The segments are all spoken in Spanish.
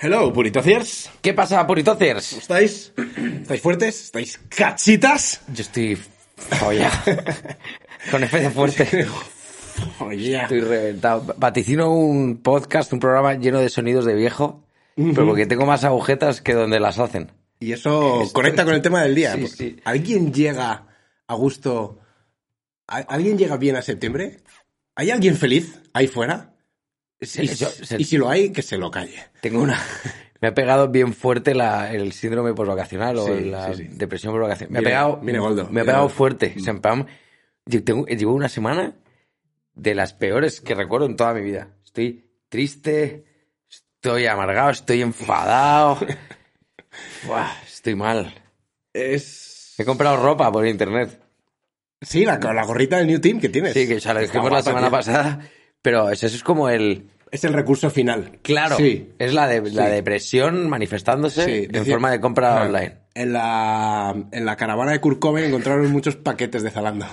Hello, Puritociers. ¿Qué pasa, Puritocers? ¿Cómo estáis? ¿Estáis fuertes? ¿Estáis cachitas? Yo estoy folla. Con F de fuerte. Oh, yeah. Estoy reventado. Vaticino un podcast, un programa lleno de sonidos de viejo, pero porque tengo más agujetas que donde las hacen. Y eso conecta con el tema del día. Sí, porque sí. ¿Alguien llega a gusto? ¿A- ¿Alguien llega bien a septiembre? ¿Hay alguien feliz ahí fuera? Se- y, yo- se- y si lo hay, que se lo calle. Tengo una... Me ha pegado bien fuerte la- el síndrome posvacacional o Sí, la sí, sí. depresión posvacacional. Me Viene- ha pegado... viene Goldo, me viene ha pegado Goldo. Mm. fuerte. Sam Pam. Yo tengo- llevo una semana de las peores que recuerdo en toda mi vida. Estoy triste, estoy amargado, estoy enfadado. Buah, estoy mal. Es... He comprado ropa por internet. Sí, la, la gorrita del New Team que tienes. Sí, que ya lo Está dijimos la guapa, semana tío. pasada. Pero eso es como el... Es el recurso final. Claro, Sí. es la, de, la Sí. depresión manifestándose Sí, en decía- forma de compra Claro. online. En la, en la caravana de Kurt Cobain encontraron muchos paquetes de Zalando.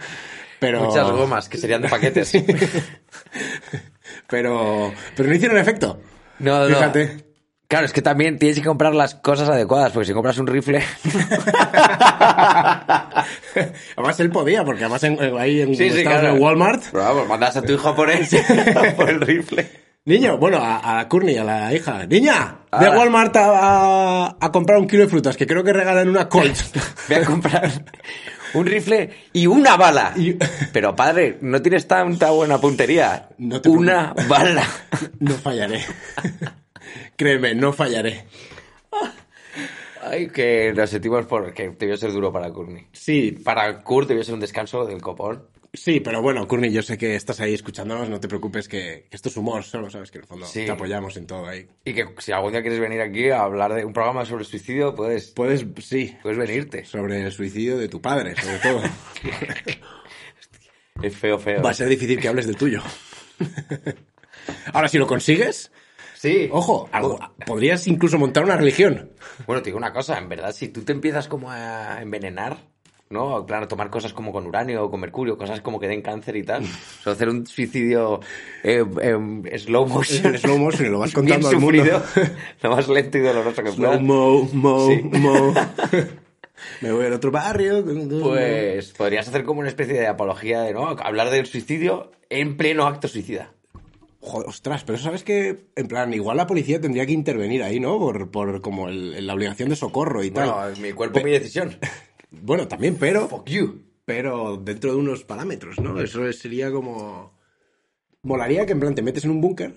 Pero, Muchas gomas que serían de paquetes. Pero, pero no hicieron efecto. No, no. Fíjate. Claro, es que también tienes que comprar las cosas adecuadas, porque si compras un rifle. Además él podía, porque además en- en- ahí en, Sí, sí, estabas claro. en Walmart. Pero vamos, mandas a tu hijo por él, por el rifle. Niño, bueno, a, a Courtney, a la hija. Niña, de Ahora. Walmart a, a- a comprar un kilo de frutas, que creo que regalan una Colt. Voy a comprar un rifle y una bala. Y- Pero padre, no tienes tanta buena puntería. No te una bala. no fallaré. Créeme, no fallaré. Ay, que nos sentimos porque debió ser duro para Courtney. Sí, Para Kurt debió ser un descanso del copón. Sí, pero bueno, Courtney, yo sé que estás ahí escuchándonos, no te preocupes que, que esto es humor, solo sabes que en el fondo Sí. te apoyamos en todo ahí. Y que si algún día quieres venir aquí a hablar de un programa sobre el suicidio, puedes, Puedes, sí, puedes venirte. sobre el suicidio de tu padre, sobre todo. Es feo, feo. Va a ser difícil que hables del tuyo. Ahora, si lo consigues, Sí. ojo, algo- podrías incluso montar una religión. Bueno, te digo una cosa, en verdad, si tú te empiezas como a envenenar, ¿no? Claro, tomar cosas como con uranio o con mercurio, cosas como que den cáncer y tal. O sea, hacer un suicidio eh, em, slow motion. En slow motion y lo vas Bien contando al sufrido, mundo. lo más lento y doloroso que Slow puedas. mo, mo, Sí. mo. Me voy al otro barrio. Pues podrías hacer como una especie de apología de, ¿no? Hablar del suicidio en pleno acto suicida. Joder, ostras, pero sabes que, en plan, igual la policía tendría que intervenir ahí, ¿no? Por, por como el- la obligación de socorro y tal. Bueno, mi cuerpo, mi decisión. Bueno, también, pero. Fuck you. Pero dentro de unos parámetros, ¿no? Eso es- sería como. Molaría que en plan te metes en un búnker,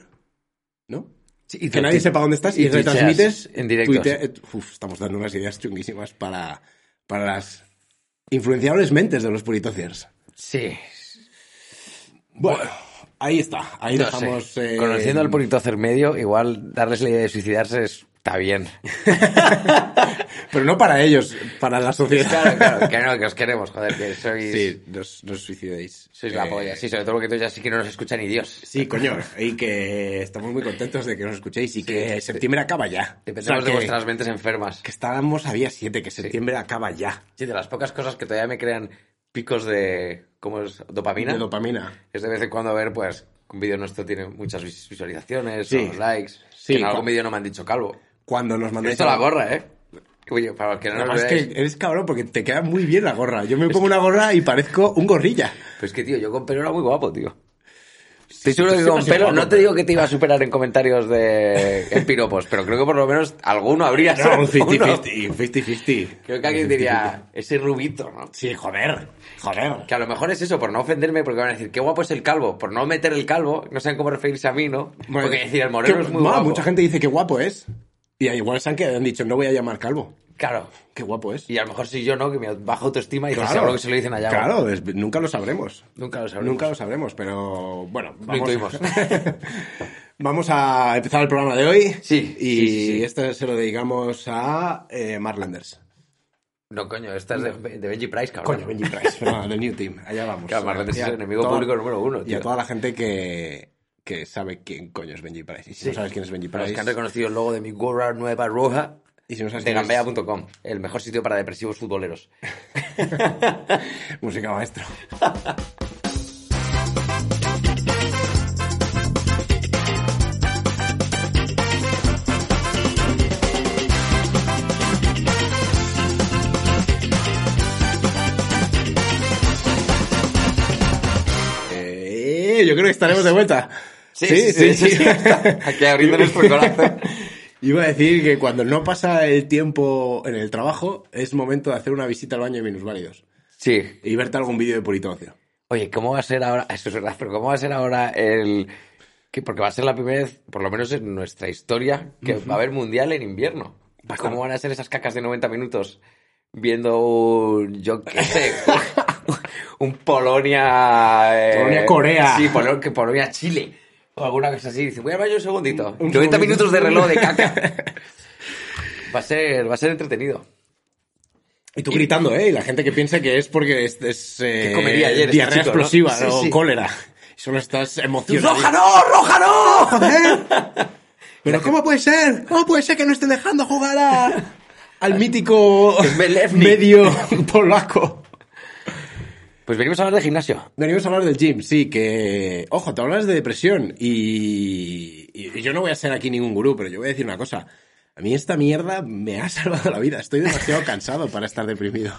¿no? y que nadie sepa dónde estás y, retransmites. en directo. tuitea- eh, Uf, estamos dando unas ideas chunguísimas para, para las influenciables mentes de los puritociers. Sí. Bueno, ahí está. Ahí No dejamos. sé. eh, Conociendo al politocer medio, igual darles la idea de suicidarse es- está bien. Pero no para ellos, para la sociedad. Claro, claro, que no, que os queremos, joder, que sois, Sí, no os, no os suicidéis. sois Eh, la polla. Sí, sobre todo porque tú ya sí que no nos escucha ni Dios. Sí, coño, y que estamos muy contentos de que nos escuchéis y que septiembre acaba ya. O Dependemos sea, de que, vuestras mentes enfermas. que estábamos a día 7, que septiembre acaba ya. Sí, de las pocas cosas que todavía me crean picos de... ¿Cómo es? ¿Dopamina? De dopamina. es de vez en cuando ver, pues, un vídeo nuestro tiene muchas vis- visualizaciones, Sí. unos likes. Sí, que en cua- algún vídeo no me han dicho calvo. Cuando nos Me he mandáis... visto la gorra, ¿eh? Oye, para los que no nos Además veáis- que eres cabrón porque te queda muy bien la gorra. Yo me pongo una gorra y parezco un gorrilla. Pero es que, tío, yo con pelo era muy guapo, tío. Estoy seguro que sí, con sí, pelo guapo, no te pero- digo que te iba a superar en comentarios de en piropos, pero creo que por lo menos alguno habría. No, un alguno. 50-50. 50-50. Creo que alguien diría ese rubito, ¿no? Sí, joder, joder. Que a lo mejor es eso, por no ofenderme, porque van a decir, qué guapo es el calvo. Por no meter el calvo, no saben cómo referirse a mí, ¿no? Porque decir, el moreno Qué- es muy Ma, guapo. Mucha gente dice que guapo es. Y igual se han quedado- han dicho, no voy a llamar calvo. Claro. Qué guapo es. Y a lo mejor soy yo, ¿no? Que me bajo autoestima y claro. seguro que se lo dicen allá. Claro, es- nunca lo sabremos. Nunca lo sabremos. Nunca lo sabremos, pero bueno, intuimos. vamos a empezar el programa de hoy. Sí, Y sí, sí, sí. este se lo dedicamos a eh, Marlanders. No, coño, esta es de, de Benji Price, cabrón. Coño, Benji Price, perdón, del New Team. Allá vamos. Claro, Marlanders Y a es el enemigo público número uno, Y a tío. toda la gente que, que sabe quién coño es Benji Price. Y si no sabes quién es Benji Para los Price. que han reconocido el logo de mi gorra nueva roja, Y si no sabes de quién es- gambea.com, el mejor sitio para depresivos futboleros. Música maestro. Eh, estaremos de vuelta. Sí, sí, sí. sí. Aquí abriendo nuestro corazón. Iba a decir que cuando no pasa el tiempo en el trabajo, es momento de hacer una visita al baño de minusválidos Sí. y verte algún vídeo de Purito Ocio. Oye, ¿cómo va a ser ahora? Eso es verdad, pero ¿cómo va a ser ahora el. que- Porque va a ser la primera vez, por lo menos en nuestra historia, que va a haber mundial en invierno. ¿Cómo van a ser esas cacas de 90 minutos viendo un. yo qué sé. un Polonia. eh, Polonia-Corea. Sí, Polo- que Polonia-Chile. O alguna cosa así. Dice, voy al baño un segundito. Un 90 segundito. minutos de reloj de caca. va, a ser, va a ser entretenido. Y tú gritando, ¿eh? Y la gente que piensa que es porque es, es, eh, Que comería ayer este diarrea chico, ¿no? explosiva Sí, o sí. cólera. Solo estás emocionado. ¡Roja no! ¡Roja no! Pero ¿cómo puede ser? ¿Cómo puede ser que no estén dejando jugar a- al mítico Zbelewnik. medio polaco? Pues venimos a hablar de gimnasio. Venimos a hablar del gym, sí, que... Ojo, te hablas de depresión y... y yo no voy a ser aquí ningún gurú, pero yo voy a decir una cosa. A mí esta mierda me ha salvado la vida. Estoy demasiado cansado para estar deprimido.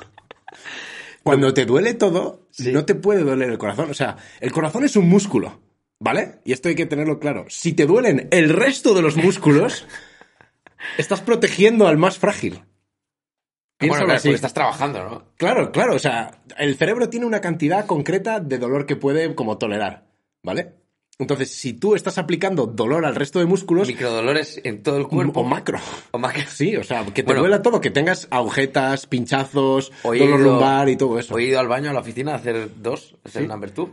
Cuando te duele todo, no te puede doler el corazón. O sea, el corazón es un músculo, ¿vale? Y esto hay que tenerlo claro. Si te duelen el resto de los músculos, estás protegiendo al más frágil. Ah, Bueno, Piénsalo claro, así. porque estás trabajando, ¿no? Claro, claro, o sea, el cerebro tiene una cantidad concreta de dolor que puede como tolerar, ¿vale? Entonces, si tú estás aplicando dolor al resto de músculos, Microdolores en todo el cuerpo. o macro. O más. Sí, o sea, que te Bueno. duela todo, que tengas agujetas, pinchazos, Hoy he dolor ido- lumbar y todo eso. Hoy he ido al baño a la oficina a hacer dos, a hacer una virtud.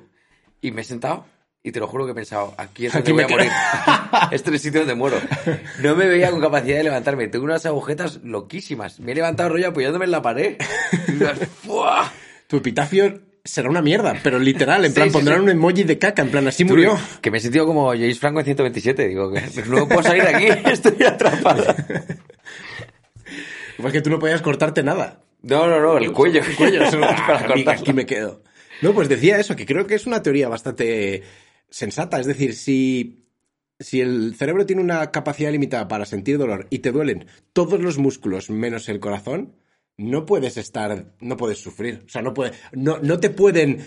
Y me he sentado y te lo juro que he pensado, aquí es donde Aquí me voy a quedo. morir. este es el sitio donde muero. No me veía con capacidad de levantarme. Tengo unas agujetas loquísimas. Me he levantado rollo apoyándome en la pared. Y digas, ¡fua! Tu epitafio será una mierda, pero literal, en Sí, plan, sí, pondrán sí. un emoji de caca, en plan, así murió. Que me he sentido como James Franco en 127. Digo, que no puedo salir de aquí, estoy atrapado. Igual que tú no podías cortarte nada. No, no, no, el cuello. El cuello. es una- para aquí, cortarlo. aquí me quedo. No, pues decía eso, que creo que es una teoría bastante sensata. Es decir, si, si el cerebro tiene una capacidad limitada para sentir dolor y te duelen todos los músculos menos el corazón, no puedes estar, no puedes sufrir. O sea, no, puede, no, no te pueden...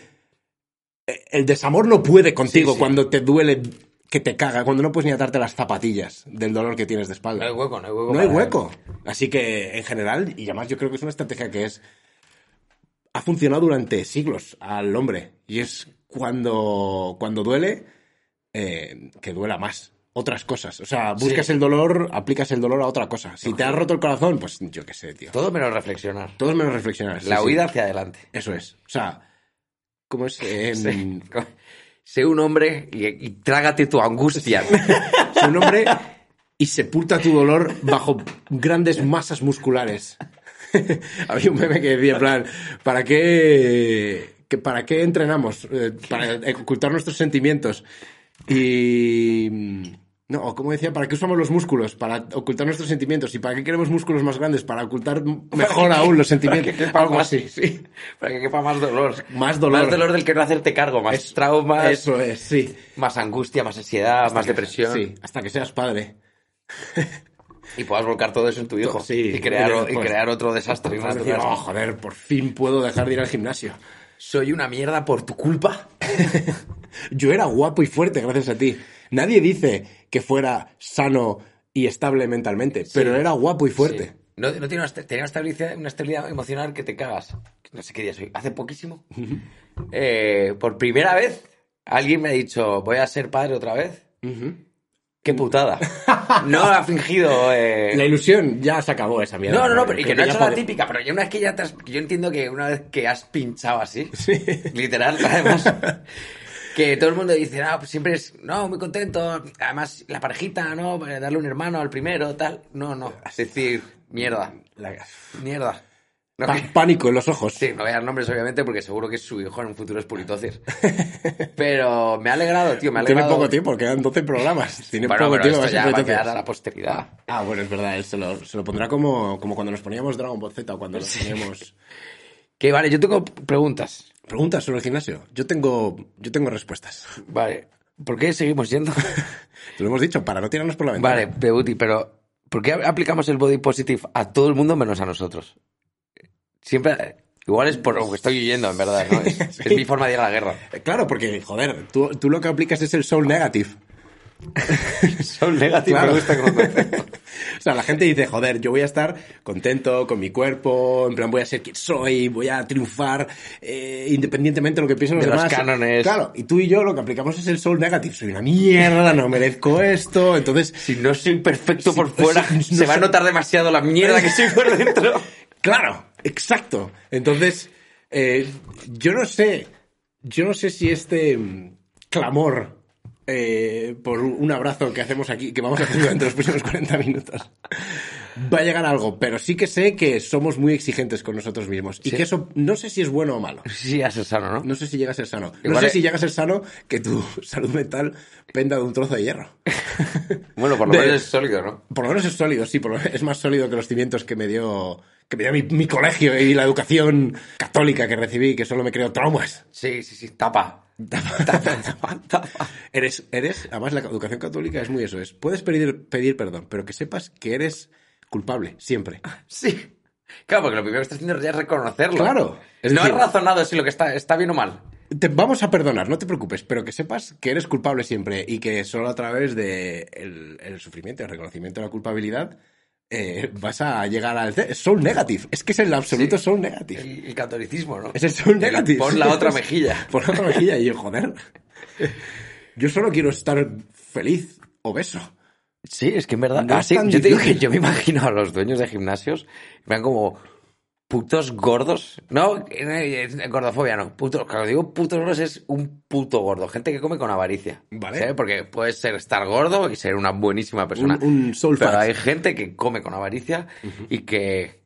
eh, El desamor no puede contigo sí. cuando te duele que te caga, cuando no puedes ni atarte las zapatillas del dolor que tienes de espalda. No hay hueco, no hay hueco. No hay para- hueco. Así que, en general, y además yo creo que es una estrategia que es. ha funcionado durante siglos al hombre. Y es cuando, cuando duele, eh, que duela más. Otras cosas. O sea, buscas el dolor, aplicas el dolor a otra cosa. Si te has roto el corazón, pues yo qué sé, tío. Todo menos reflexionar. Todos menos reflexionar. sí, La sí. huida hacia adelante. Eso es. O sea, ¿cómo es? En- Sí. Este, Sé un hombre y, y trágate tu angustia. Sé un hombre y sepulta tu dolor bajo grandes masas musculares. Había un meme que decía, en plan, ¿para qué, que- ¿para qué entrenamos? Eh, para ocultar nuestros sentimientos. Y... No, o como decía, ¿para qué usamos los músculos? Para ocultar nuestros sentimientos. ¿Y para qué queremos músculos más grandes? Para ocultar mejor aún los sentimientos. quepa Algo más- así, sí. Para que quepa más dolor. Más dolor. Más dolor del que no hacerte cargo. Más traumas, Ah, Eso es, sí. más angustia, más ansiedad, más depresión. Sí, hasta que seas padre. Y puedas volcar todo eso en tu hijo. sí. y, crear, Y o- y después- crear otro desastre. y Vas más a decir, desastre. oh, joder, por fin puedo dejar de ir al gimnasio. Soy una mierda por tu culpa. Yo era guapo y fuerte gracias a ti. Nadie dice que fuera sano y estable mentalmente, pero era guapo y fuerte. Sí. No, no tiene una, esta- tenía una estabilidad, una estabilidad emocional que te cagas. No sé qué día soy. Hace poquísimo. eh, por primera vez, alguien me ha dicho, voy a ser padre otra vez. ¡Qué putada! No ha fingido... eh, La ilusión ya se acabó esa mierda. No, no, no, Porque pero, y que no ha ya hecho la pare- típica, pero ya una vez que ya te has- Yo entiendo que una vez que has pinchado así, literal, además, que todo el mundo dice, ah, pues siempre es, no, muy contento, además la parejita, ¿no? Para Darle un hermano al primero, tal. No, no, es decir, mierda, la- mierda. No, pa- que- Pánico en los ojos. sí, no voy a dar nombres, obviamente, porque seguro que su hijo en un futuro es puritocir. Pero me ha alegrado, tío, me ha Tiene alegrado. poco tiempo, quedan 12 programas. Tiene Bueno, poco pero tiempo. esto vas a ya va a envejecer. quedar a la posteridad. Ah, bueno, es verdad, él se lo, se lo pondrá como, como cuando nos poníamos Dragon Ball Z o cuando nos poníamos... Que vale, yo tengo preguntas. Preguntas sobre el gimnasio. Yo tengo, yo tengo respuestas. Vale, ¿por qué seguimos yendo? Te lo hemos dicho, para no tirarnos por la ventana. Vale, Beuti, pero ¿por qué aplicamos el body positive a todo el mundo menos a nosotros? Siempre Igual es por lo que estoy huyendo, en verdad, ¿no? Es, es mi forma de ir a la guerra. Eh, Claro, porque, joder, tú, tú lo que aplicas es el soul negative. Son negativos, Claro. me gusta como concepto. O sea, la gente dice, joder, yo voy a estar contento con mi cuerpo, en plan voy a ser quien soy, voy a triunfar, eh, independientemente de lo que piensen los De los demás. cánones. Claro, y tú y yo lo que aplicamos es el soul negative. Soy una mierda, no merezco esto, entonces... Si no soy perfecto Si- por fuera, si- no se va a soy- notar demasiado la mierda que soy por dentro. Claro, exacto. Entonces, eh, yo no sé, yo no sé si este mm, clamor eh, por un abrazo que hacemos aquí, que vamos a hacer durante los próximos 40 minutos, va a llegar a algo, pero sí que sé que somos muy exigentes con nosotros mismos y Sí. que eso no sé si es bueno o malo. Sí, ya es sano, ¿no? No sé si llega a ser sano. No Igual sé es- si llega a ser sano que tu salud mental penda de un trozo de hierro. Bueno, por lo De- menos es sólido, ¿no? Por lo menos es sólido, sí, por lo menos es más sólido que los cimientos que me dio, que me dio mi, mi colegio y la educación católica que recibí, que solo me creó traumas. Sí, sí, sí, tapa. Tapa, tapa, tapa. Eres, eres, además la educación católica es muy eso, es, puedes pedir, pedir perdón, pero que sepas que eres culpable, siempre. Sí. Claro, porque lo primero que estás haciendo ya es reconocerlo. Claro. Es no decir- has razonado si lo que está, está bien o mal. Te vamos a perdonar, no te preocupes, pero que sepas que eres culpable siempre y que solo a través de el, el sufrimiento, el reconocimiento de la culpabilidad, eh, vas a llegar al... ce- Soul negative, es que es el absoluto Sí. soul negative. El, el catolicismo, ¿no? Ese es un El negativo. Pon la otra mejilla. Por la otra mejilla y yo, joder. Yo solo quiero estar feliz, obeso. Sí, es que en verdad. No Ah, es sí, tan yo te digo que difícil. yo me imagino a los dueños de gimnasios, van como putos gordos. No, eh, eh, gordofobia no. Puto, cuando digo putos gordos es un puto gordo. Gente que come con avaricia. Vale. ¿sabes? Porque puedes ser estar gordo y ser una buenísima persona. Un, un soul pero fat. hay gente que come con avaricia y que. es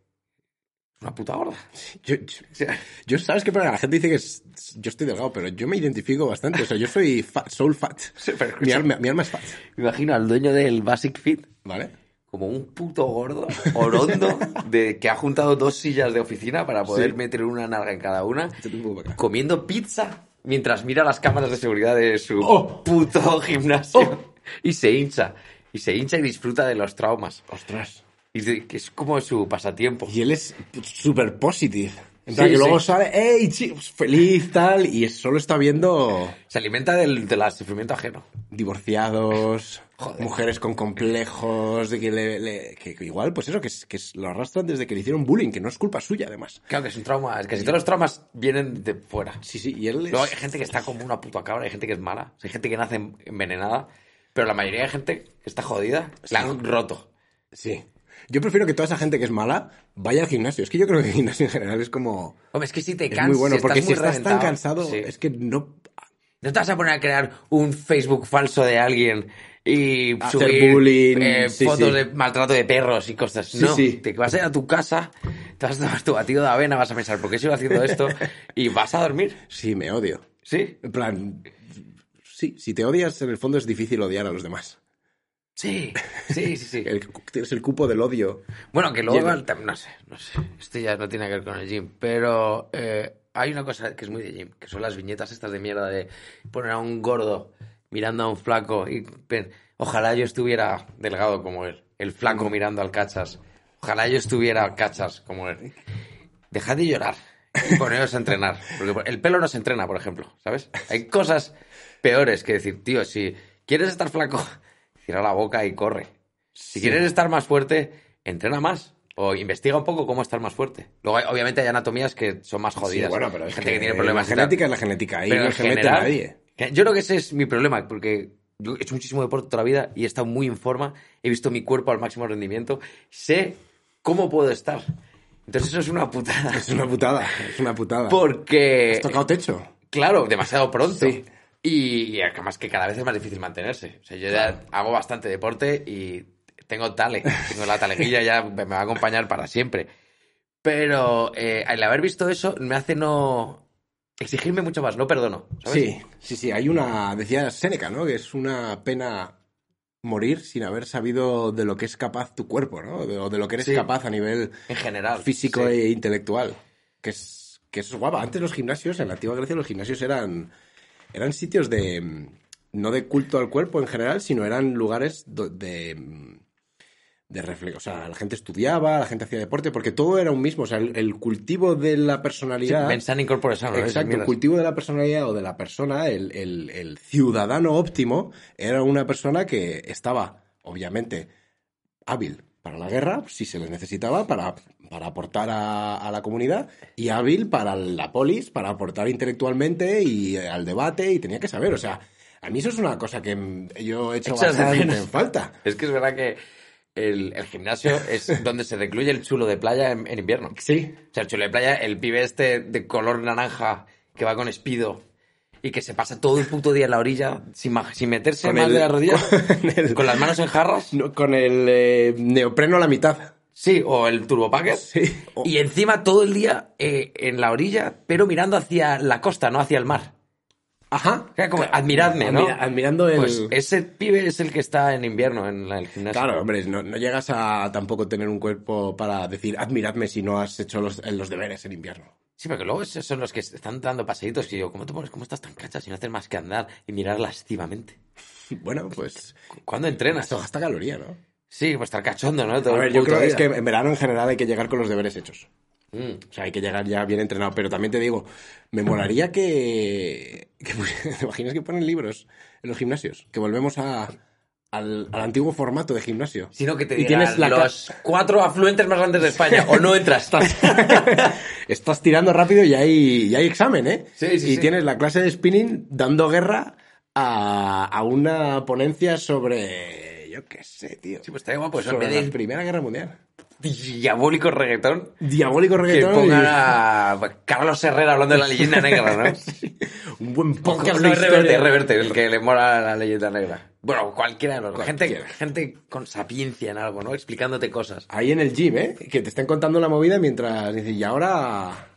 Una puta gorda. Yo, yo- O sea, yo- sabes que la gente dice que es- yo estoy delgado, pero yo me identifico bastante. O sea, yo soy fat, soul fat. Sí, pero escucha. Mi alma, mi alma es fat. me imagino al dueño del Basic Fit ¿Vale? como un puto gordo, orondo, de, que ha juntado dos sillas de oficina para poder Sí. meter una narga en cada una, Échate un poco para acá. comiendo pizza mientras mira las cámaras de seguridad de su ¡Oh! puto gimnasio. ¡Oh! Y se hincha. Y se hincha y disfruta de los traumas. Ostras. Y de- que es como su pasatiempo. Y él es super positive. En plan Sí, que sí. luego sale, hey, chicos, feliz, tal, y solo está viendo Se alimenta del, del sufrimiento ajeno. divorciados, Joder. mujeres con complejos, de que, le- le- que- que igual, pues eso, que, es- que es- lo arrastran desde que le hicieron bullying, que no es culpa suya, además. Claro que es un trauma. Es que si todos los traumas vienen de fuera. Sí, sí, y él es... Luego hay gente que está como una puta cabra, hay gente que es mala, hay gente que nace envenenada, pero la mayoría de gente que está jodida la han roto. Sí. Yo prefiero que toda esa gente que es mala vaya al gimnasio. Es que yo creo que el gimnasio en general es como... Hombre, es que si te Es cansas, muy bueno, si estás porque muy si estás tan reventado, cansado, sí. es que no... no te vas a poner a crear un Facebook falso de alguien y Hacer subir bullying, eh, sí, fotos sí. de maltrato de perros y cosas. Sí, no, sí. te vas a ir a tu casa, te vas a tomar tu batido de avena, vas a pensar, ¿por qué sigo haciendo esto? y vas a dormir, Sí, me odio. ¿sí? En plan... Sí, si te odias, en el fondo es difícil odiar a los demás. Sí, sí, sí, sí. El- tienes el cupo del odio. Bueno, que luego, Lleno. tam- no sé, no sé. Esto ya no tiene que ver con el gym. Pero eh, hay una cosa que es muy de gym, que son las viñetas estas de mierda de poner a un gordo mirando a un flaco. Y pen- ojalá yo estuviera delgado como él. El flaco mirando al cachas. Ojalá yo estuviera al cachas como él. Dejad de llorar y poneros a entrenar. Porque el pelo no se entrena, por ejemplo, ¿sabes? Hay cosas peores que decir, tío, si quieres estar flaco, cierra la boca y corre. Si quieres estar más fuerte, entrena más. O investiga un poco cómo estar más fuerte. Luego, hay- obviamente, hay anatomías que son más jodidas. Sí, bueno, pero es gente que, tiene problemas. La y tal. genética es la genética, ahí Pero no en se mete general, nadie. que- Yo creo que ese es mi problema, porque yo he hecho muchísimo deporte toda la vida y he estado muy en forma, he visto mi cuerpo al máximo rendimiento, sé cómo puedo estar. Entonces eso es una putada. Es una putada, es una putada. Porque, Has tocado techo. claro, demasiado pronto. Sí. Y, y además que cada vez es más difícil mantenerse. O sea, yo ya hago bastante deporte y tengo tale, tengo la taleguilla ya me me va a acompañar para siempre. Pero eh, al haber visto eso me hace no exigirme mucho más, no perdono. ¿sabes? Sí, sí, sí. Hay una, decía Seneca, ¿no? Que es una pena morir sin haber sabido de lo que es capaz tu cuerpo, ¿no? De- o de lo que eres Sí. capaz a nivel En general. físico sí. e intelectual. Que es, que eso es guapa. Antes los gimnasios, en la antigua Grecia, los gimnasios eran, eran sitios de. mm, No de culto al cuerpo en general, sino eran lugares do- de. mm, de reflexión. O sea, la gente estudiaba, la gente hacía deporte, porque todo era un mismo. O sea, el, el cultivo de la personalidad. Pensar en incorporación. ¿no? Esas Exacto, el mierdas. cultivo de la personalidad o de la persona, el, el- el ciudadano óptimo, era una persona que estaba, obviamente, hábil para la guerra, si se le necesitaba, para, para aportar a, a la comunidad, y hábil para la polis, para aportar intelectualmente y eh, al debate, y tenía que saber, o sea, a mí eso es una cosa que mm, yo he hecho Echas de bastante menos. en falta. Es que es verdad que el, el gimnasio es donde se recluye el chulo de playa en, en invierno. Sí, O sea, el chulo de playa, el pibe este de color naranja que va con espido y que se pasa todo el puto día en la orilla sin, ma- sin meterse Con más el- de las rodillas, con el- con las manos en jarras. no, con el eh, neopreno a la mitad. Sí, o el turbopacker. Sí. O- Y encima todo el día eh, en la orilla, pero mirando hacia la costa, no hacia el mar. Ajá. Era como, admiradme, ¿no? Admira- admirando el... Pues ese pibe es el que está en invierno en la- el gimnasio. Claro, hombre, no, no llegas a tampoco tener un cuerpo para decir, admiradme si no has hecho los, eh, los deberes en invierno. Sí, porque luego esos son los que están dando paseitos y yo, ¿cómo te pones? ¿Cómo estás tan cacha si no haces más que andar y mirar lascivamente? Bueno, pues ¿Cuándo entrenas? esto gasta caloría, ¿no? Sí, pues estar cachondo, ¿no? A Todo el ver, yo puto creo que es que día. en verano en general hay que llegar con los deberes hechos. Mm. O sea, hay que llegar ya bien entrenado. Pero también te digo, me molaría que... que pu- ¿Te imaginas que ponen libros en los gimnasios? Que volvemos a- al, al antiguo formato de gimnasio. Sino que te Y digan tienes la ca- los cuatro afluentes más grandes de España o no entras. Estás tirando rápido y hay, y hay examen, ¿eh? Sí, sí, y sí. tienes la clase de spinning dando guerra a, a una ponencia sobre. Yo qué sé, tío. Sí, pues está guapo. Eso en sobre vez la de Primera Guerra Mundial. diabólico reggaetón, Diabólico que reggaetón. pongan y a Carlos Herrera hablando de la leyenda negra, ¿no? Un buen podcast No de es Reverte, historia. es Reverte, el que le mola la leyenda negra. Bueno, cualquiera de los. Gente, Cualquiera. gente con sapiencia en algo, ¿no? Explicándote cosas. Ahí en el gym, ¿eh? Que te están contando la movida mientras. Dices, y ahora.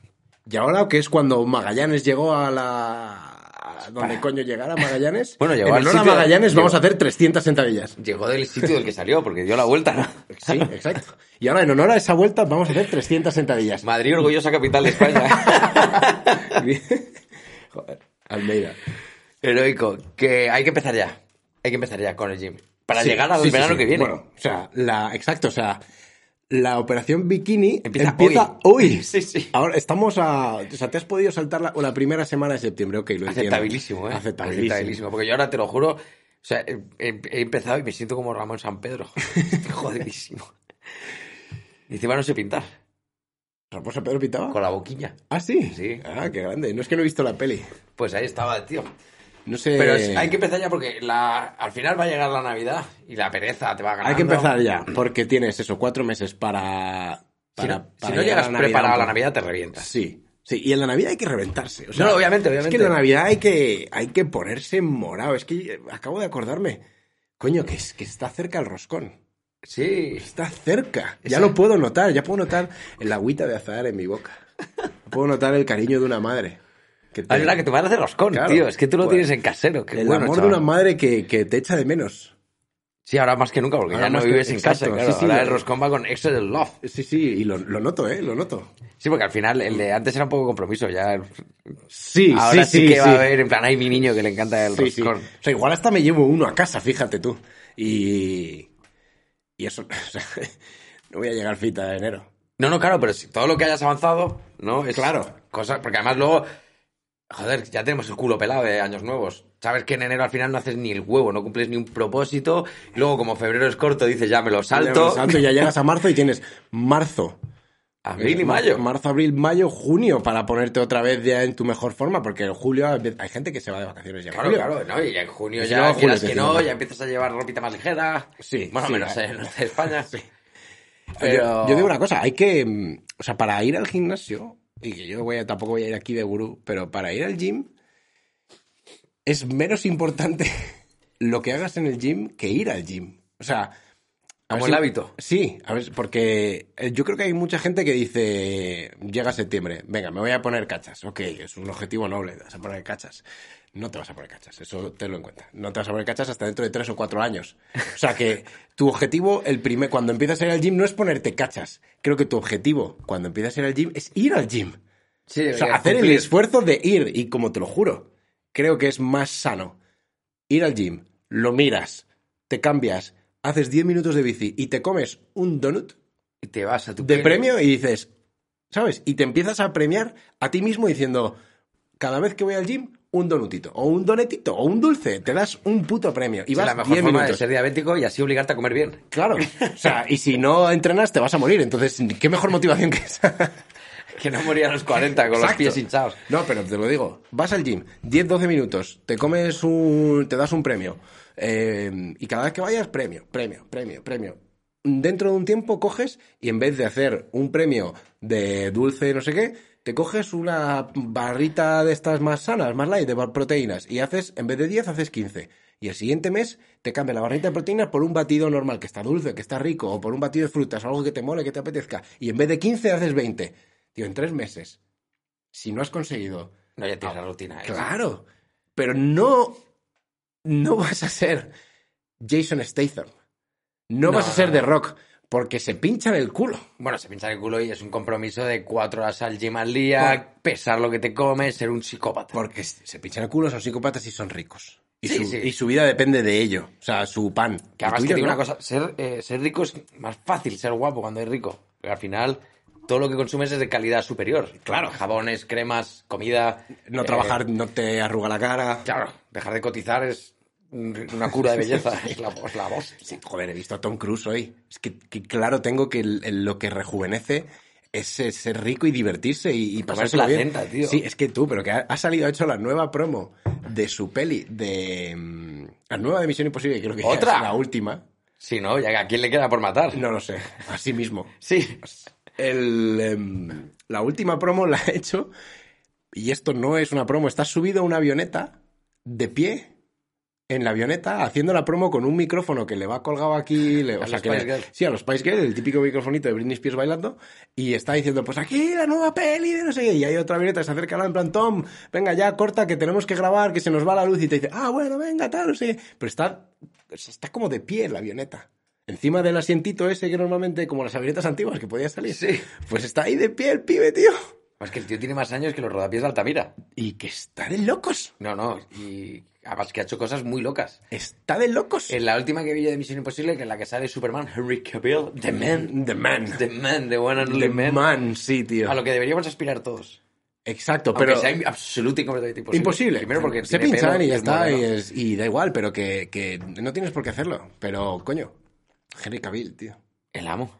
Y ahora, que es cuando Magallanes llegó a la. a donde coño llegara Magallanes. Bueno, llegó en al honor a sitio- Magallanes vamos llegó. a hacer 300 sentadillas. Llegó del sitio del que salió, porque dio la vuelta, ¿no? Sí, exacto. Y ahora, en honor a esa vuelta, vamos a hacer 300 sentadillas. Madrid, orgullosa capital de España. Joder, Almeida. Heroico. Que hay que empezar ya. Hay que empezar ya con el gym. Para Sí, llegar al sí, sí, verano sí. que viene. Bueno, o sea, la, exacto, o sea, la operación bikini Empieza empieza, hoy. hoy. Sí, sí. Ahora estamos a. O sea, te has podido saltar la, la primera semana de septiembre, ok, lo entiendo. Aceptabilísimo, ¿eh? Aceptabilísimo. Porque yo ahora te lo juro, o sea, he, he- he empezado y me siento como Ramón San Pedro. Estoy jodidísimo. Y encima no sé pintar. ¿Raposa pues, Pedro Pitaba? Con la boquilla. Ah, sí. Sí. Ah, qué grande. No es que no he visto la peli. Pues ahí estaba, tío. No sé. Pero es- hay que empezar ya porque la, al final va a llegar la Navidad y la pereza te va a ganar. Hay que empezar ya, porque tienes eso, cuatro meses para. Si para- no, si para no llegar llegas a Navidad preparado a un la poco. Navidad, te revientas. Sí, sí, y en la Navidad hay que reventarse. O sea, No, obviamente, Es obviamente. que en la Navidad hay que, hay que ponerse morado. Es que eh, acabo de acordarme. Coño, que, es, que está cerca el roscón. Sí. Está cerca. Ya Esa- lo puedo notar. Ya puedo notar el agüita de azahar en mi boca. Puedo notar el cariño de una madre. Que te- Hay una Ah, que te van a hacer roscón, Claro. tío. Es que tú lo Joder. tienes en casero. Qué el bueno, amor chaval. de una madre que, que te echa de menos. Sí, ahora más que nunca, porque Ahora ya no más que- vives en casa. exacto, claro. sí, sí, ahora lo- el roscón va con extra del love. Sí, sí, y lo, lo noto, ¿eh? Lo noto. Sí, porque al final el de antes era un poco compromiso. Ya Sí, ahora sí, que va a haber, en plan, hay mi niño que le encanta el Sí, sí. roscón. O sea, igual hasta me llevo uno a casa, fíjate tú. Y. Y eso. o sea, no voy a llegar fita de enero. No, no, claro, pero si todo lo que hayas avanzado, ¿no? Es Claro. Cosa, porque además luego, joder, ya tenemos el culo pelado de años nuevos. Sabes que en enero al final no haces ni el huevo, no cumples ni un propósito. Luego, como febrero es corto, dices, ya me lo salto. Salto, ya llegas a marzo y tienes marzo. Abril y Eh, mar- mayo. Marzo, abril, mayo, junio para ponerte otra vez ya en tu mejor forma, porque en julio hay gente que se va de vacaciones ya. en Claro, julio. claro, ¿no? Y ya en junio Y si ya, no, en quieras julio que te no, decimos. ya empiezas a llevar ropita más ligera. Sí, Más o sí, menos, eh. en el norte de España. Sí. Yo, yo digo una cosa, hay que, mm, o sea, para ir al gimnasio, y que yo voy a- tampoco voy a ir aquí de gurú, pero para ir al gym es menos importante lo que hagas en el gym que ir al gym. O sea, a Como ver el si- hábito. Sí, a ver, porque eh, yo creo que hay mucha gente que dice, llega septiembre, venga, me voy a poner cachas. Ok, es un objetivo noble, te vas a poner cachas. No te vas a poner cachas, eso te lo en cuenta. No te vas a poner cachas hasta dentro de tres o cuatro años. O sea que tu objetivo, el primer, cuando empiezas a ir al gym, no es ponerte cachas. Creo que tu objetivo, cuando empiezas a ir al gym, es ir al gym. Sí, O deberías sea, hacer el cumplir. esfuerzo de ir, y como te lo juro, creo que es más sano ir al gym, lo miras, te cambias, haces 10 minutos de bici y te comes un donut Y te vas a tu de pene. premio y dices, ¿sabes? Y te empiezas a premiar a ti mismo diciendo, cada vez que voy al gym, un donutito, o un donetito, o un dulce, te das un puto premio. Y Es vas la mejor 10 forma de minutos. ser diabético y así obligarte a comer bien. Claro, o sea, y si no entrenas te vas a morir, entonces, ¿qué mejor motivación que esa? Que no moría a los 40 con los Exacto. pies hinchados. No, pero te lo digo, vas al gym, 10-12 minutos, te comes un... te das un premio, eh, y cada vez que vayas, premio, premio, premio, premio. Dentro de un tiempo coges y en vez de hacer un premio de dulce no sé qué, te coges una barrita de estas más sanas, más light, de bar- proteínas, y haces, en vez de 10, haces 15. Y el siguiente mes te cambia la barrita de proteínas por un batido normal, que está dulce, que está rico, o por un batido de frutas, algo que te mole, que te apetezca. Y en vez de 15, haces 20. Tío, en tres meses si no has conseguido. No, ya tienes la rutina. ¿eh? Ah, Claro, pero no, no vas a ser Jason Statham. No, No, vas a ser no, The no. Rock, porque se pinchan el culo. Bueno, se pincha el culo y es un compromiso de cuatro horas al gym al día, pesar lo que te comes, ser un psicópata. Porque se pinchan el culo, son psicópatas y son ricos. Y, Sí, su, sí. y su vida depende de ello. O sea, su pan. Que El además que tuyo te digo no. una cosa, ser, eh, ser rico es más fácil ser guapo cuando eres rico. Porque al final todo lo que consumes es de calidad superior. Claro. Jabones, cremas, comida. No eh, trabajar, no te arruga la cara. Claro, dejar de cotizar es un- una cura de belleza. es, la, es la voz. Sí, Joder, he visto a Tom Cruise hoy. Es que, que claro tengo que el- el- lo que rejuvenece es eh, ser rico y divertirse y, y pasárselo bien. placenta, tío. Sí, es que tú, pero que ha, ha salido, ha hecho la nueva promo de su peli, de... mm, La nueva de Misión Imposible, creo que ya ¿Otra? es la última. Sí, ¿no? Ya, ¿A quién le queda por matar? No lo sé, así mismo. Sí. El, em, la última promo la ha hecho, y esto no es una promo, está subido a una avioneta, de pie, en la avioneta, haciendo la promo con un micrófono que le va colgado aquí, le- o A sea, los que le- Spice Girls. sí, a los Spice Girls, el típico microfonito de Britney Spears bailando, y está diciendo, pues aquí la nueva peli de no sé qué, y hay otra avioneta, se acerca a la en plan, Tom, venga ya, corta, que tenemos que grabar, que se nos va la luz, y te dice, ah, bueno, venga, tal, no sé qué. pero está, está como de pie en la avioneta. Encima del asientito ese que normalmente, como las avionetas antiguas que podía salir. Sí. Pues está ahí de pie el pibe, tío. Es Pues que el tío tiene más años que los rodapiés de Altamira. Y que está de locos. No, no. Y además que ha hecho cosas muy locas. Está de locos. En la última que vi yo de Misión Imposible, que en la que sale Superman, Henry Cavill, The Man. The man. The Man, The One and Only The Man. man, sí, tío. A lo que deberíamos aspirar todos. Exacto, Pero pero... sea absoluto y completamente imposible. Imposible. Primero porque se tiene pinchan pelo y ya es está, y, moreno. es- y da igual, pero que, que no tienes por qué hacerlo. Pero, coño, Henry Cavill, tío. El amo.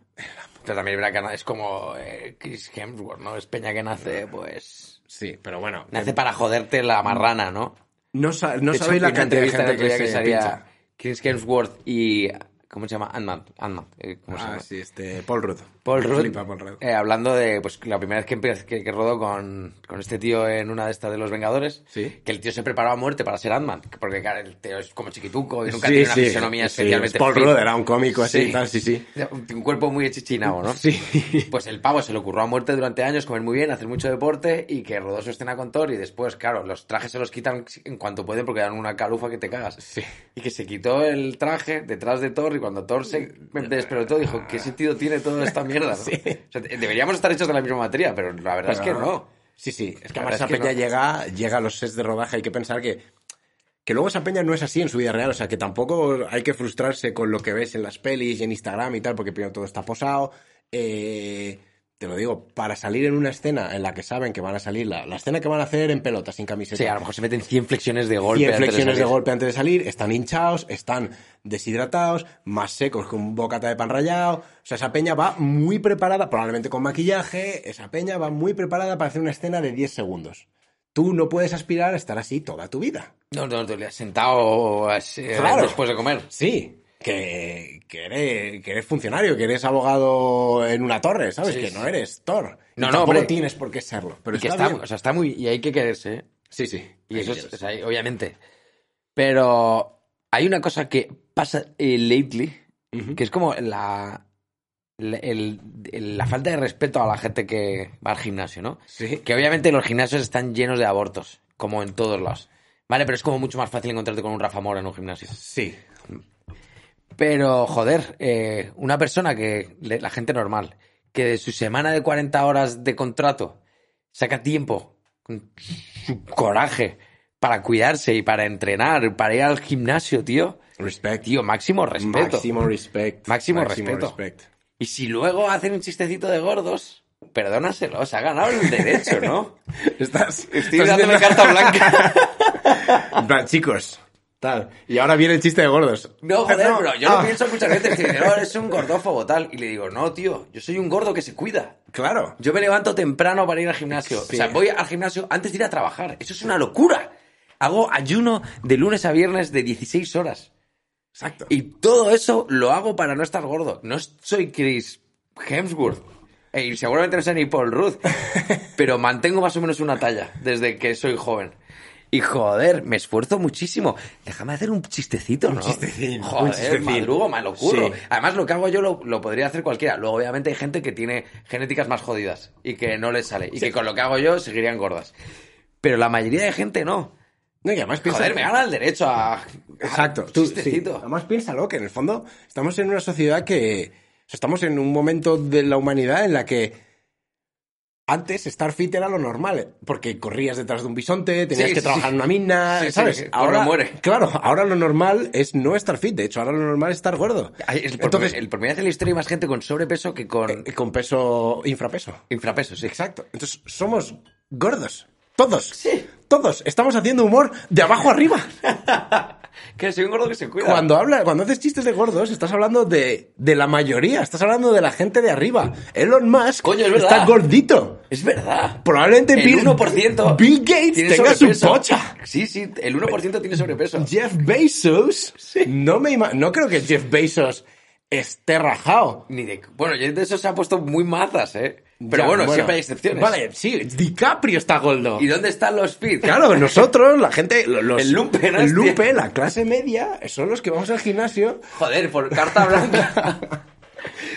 Pero también es verdad que na- es como eh, Chris Hemsworth, ¿no? Es peña que nace, pues... Sí, pero bueno. Nace para joderte la marrana, ¿no? No, sa- no De hecho, sabéis vi la una cantidad de entrevista el gente otro que, día se salía pincha. Chris Hemsworth y... ¿Cómo se llama? Ant-Man. Ant-Man. eh, ¿cómo se Ah, llama? sí, este... Paul Rudd. Paul Me Rudd, flipa Paul Rudd. eh, hablando de pues la primera vez que, empe- que, que rodó con, con este tío en una de estas de los Vengadores, Sí. que el tío se preparaba a muerte para ser Ant-Man, porque claro, el tío es como chiquituco y nunca Sí, tiene una sí, fisonomía sí, especialmente Paul fit. Rudd era un cómico así Sí. y tal, sí, sí. Un, un cuerpo muy chichinado, ¿no? Sí. Pues el pavo se le ocurrió a muerte durante años comer muy bien, hacer mucho deporte y que rodó su escena con Thor y después, claro, los trajes se los quitan en cuanto pueden porque dan una calufa que te cagas. Sí. Y que se quitó el traje detrás de Thor y cuando Thor se despertó dijo, ¿qué sentido tiene toda esta mierda? no?". O sea, deberíamos estar hechos de la misma materia, pero la verdad es que no. Sí, sí. Es que además La verdad esa es que peña no. llega, llega a los sets de rodaje. Hay que pensar que, que luego esa peña no es así en su vida real. O sea, que tampoco hay que frustrarse con lo que ves en las pelis y en Instagram y tal, porque primero todo está posado. Eh, te lo digo, para salir en una escena en la que saben que van a salir, la, la escena que van a hacer en pelota, sin camiseta. Sí, a lo mejor se meten 100 flexiones de golpe. 100 antes de flexiones de salir. golpe antes de salir, están hinchados, están deshidratados, más secos que un bocata de pan rallado. O sea, esa peña va muy preparada, probablemente con maquillaje, esa peña va muy preparada para hacer una escena de 10 segundos. Tú no puedes aspirar a estar así toda tu vida. No, no, no, le has sentado así, eh, Claro. después de comer. Sí, que, que eres, que eres funcionario, que eres abogado en una torre, ¿sabes? Sí, que sí. no eres Thor. Y No, no, tampoco hombre. tienes por qué serlo. Pero y que está está, bien. o sea, está muy... Y hay que quererse, ¿eh? Sí, sí. Y Ahí eso es, quieres. o sea, obviamente. Pero hay una cosa que pasa eh, lately, Ujú. que es como la, la, el- el- la falta de respeto a la gente que va al gimnasio, ¿no? Sí. Que obviamente los gimnasios están llenos de abortos, como en todos lados. Vale, pero es como mucho más fácil encontrarte con un Rafa Mora en un gimnasio. Sí. Pero, joder, eh, una persona que, le- la gente normal, que de su semana de 40 horas de contrato saca tiempo, con su coraje, para cuidarse y para entrenar, para ir al gimnasio, tío. Respect. Tío, máximo respeto. Máximo respect. Máximo respeto. Y si luego hacen un chistecito de gordos, perdónaselo, se ha ganado el derecho, ¿no? Estás, Estoy estás dándome intentando- carta blanca. En plan, chicos, tal. Y ahora viene el chiste de gordos. No, joder, bro, yo lo Ah. pienso muchas veces. Que no, eres un gordófobo, tal. Y le digo, no, tío, yo soy un gordo que se cuida. Claro. Yo me levanto temprano para ir al gimnasio. Sí. O sea, voy al gimnasio antes de ir a trabajar. Eso es una locura. Hago ayuno de lunes a viernes de 16 horas. Exacto. Y todo eso lo hago para no estar gordo. No soy Chris Hemsworth. Y seguramente no sea ni Paul Rudd. Pero mantengo más o menos una talla desde que soy joven. Y joder, me esfuerzo muchísimo. Déjame hacer un chistecito, ¿no? chistecín, un Joder, chistecín. madrugo, me lo curro. Sí. Además, lo que hago yo lo, lo podría hacer cualquiera. Luego, obviamente, hay gente que tiene genéticas más jodidas y que no les sale. Y que con lo que hago yo seguirían gordas. Pero la mayoría de gente no. No, y además piensa... Joder, me gana el derecho a... a- Exacto. Tú, sí. chistecito. Además piénsalo, que en el fondo estamos en una sociedad que... o sea, estamos en un momento de la humanidad en la que... Antes estar fit era lo normal, porque corrías detrás de un bisonte, tenías Sí, que sí, trabajar sí. en una mina, Sí, sí, ¿sabes? sí, ahora muere. Claro, ahora lo normal es no estar fit, de hecho, ahora lo normal es estar gordo. Ay, el, por, Entonces, eh, el, por primera vez en la historia hay más gente con sobrepeso que con con peso infrapeso. infrapeso, sí. Exacto. Entonces, somos gordos. Todos. Sí. Todos. Estamos haciendo humor de abajo arriba. Que soy un gordo que se cuida. Cuando, habla, cuando haces chistes de gordos, estás hablando de, de la mayoría. Estás hablando de la gente de arriba. Elon Musk Coño, es verdad. está gordito. Es verdad. Probablemente El Bill, 1% Bill Gates tiene tenga su sobrepeso. pocha. Sí, sí, el 1% tiene sobrepeso. Jeff Bezos. No, me ima- no creo que Jeff Bezos esté rajado. Ni de... Bueno, yo de eso se ha puesto muy mazas, ¿eh? Pero Ya, bueno, siempre hay excepciones. Vale, sí. DiCaprio está gordo. ¿Y dónde están los fit? Claro, nosotros, la gente, lo- los, El lumpen, el hostia. lumpen, la clase media, son los que vamos al gimnasio. Joder, por carta blanca.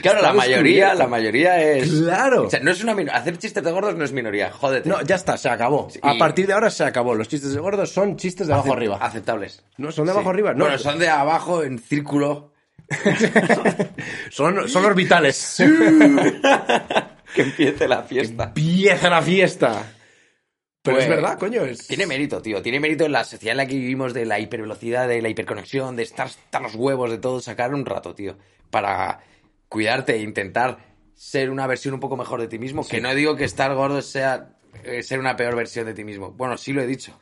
claro, la Está mayoría, descubierto. la mayoría es... Claro. O sea, no es una minoría. Hacer chistes de gordos no es minoría, jódete. No, ya está, se acabó. A Eh, Y- partir de ahora se acabó. Los chistes de gordos son chistes de abajo arriba. Aceptables. No, son de abajo arriba, no. Bueno, son de abajo en círculo. Son, son orbitales. que empiece la fiesta. Empieza la fiesta. Pero Pues- es verdad, coño. Es... Tiene mérito, tío. Tiene mérito en la sociedad en la que vivimos de la hipervelocidad, de la hiperconexión, de estar, estar los huevos, de todo, sacar un rato, tío. Para cuidarte e intentar ser una versión un poco mejor de ti mismo. Que no digo que estar gordo sea eh, ser una peor versión de ti mismo. Bueno, sí lo he dicho.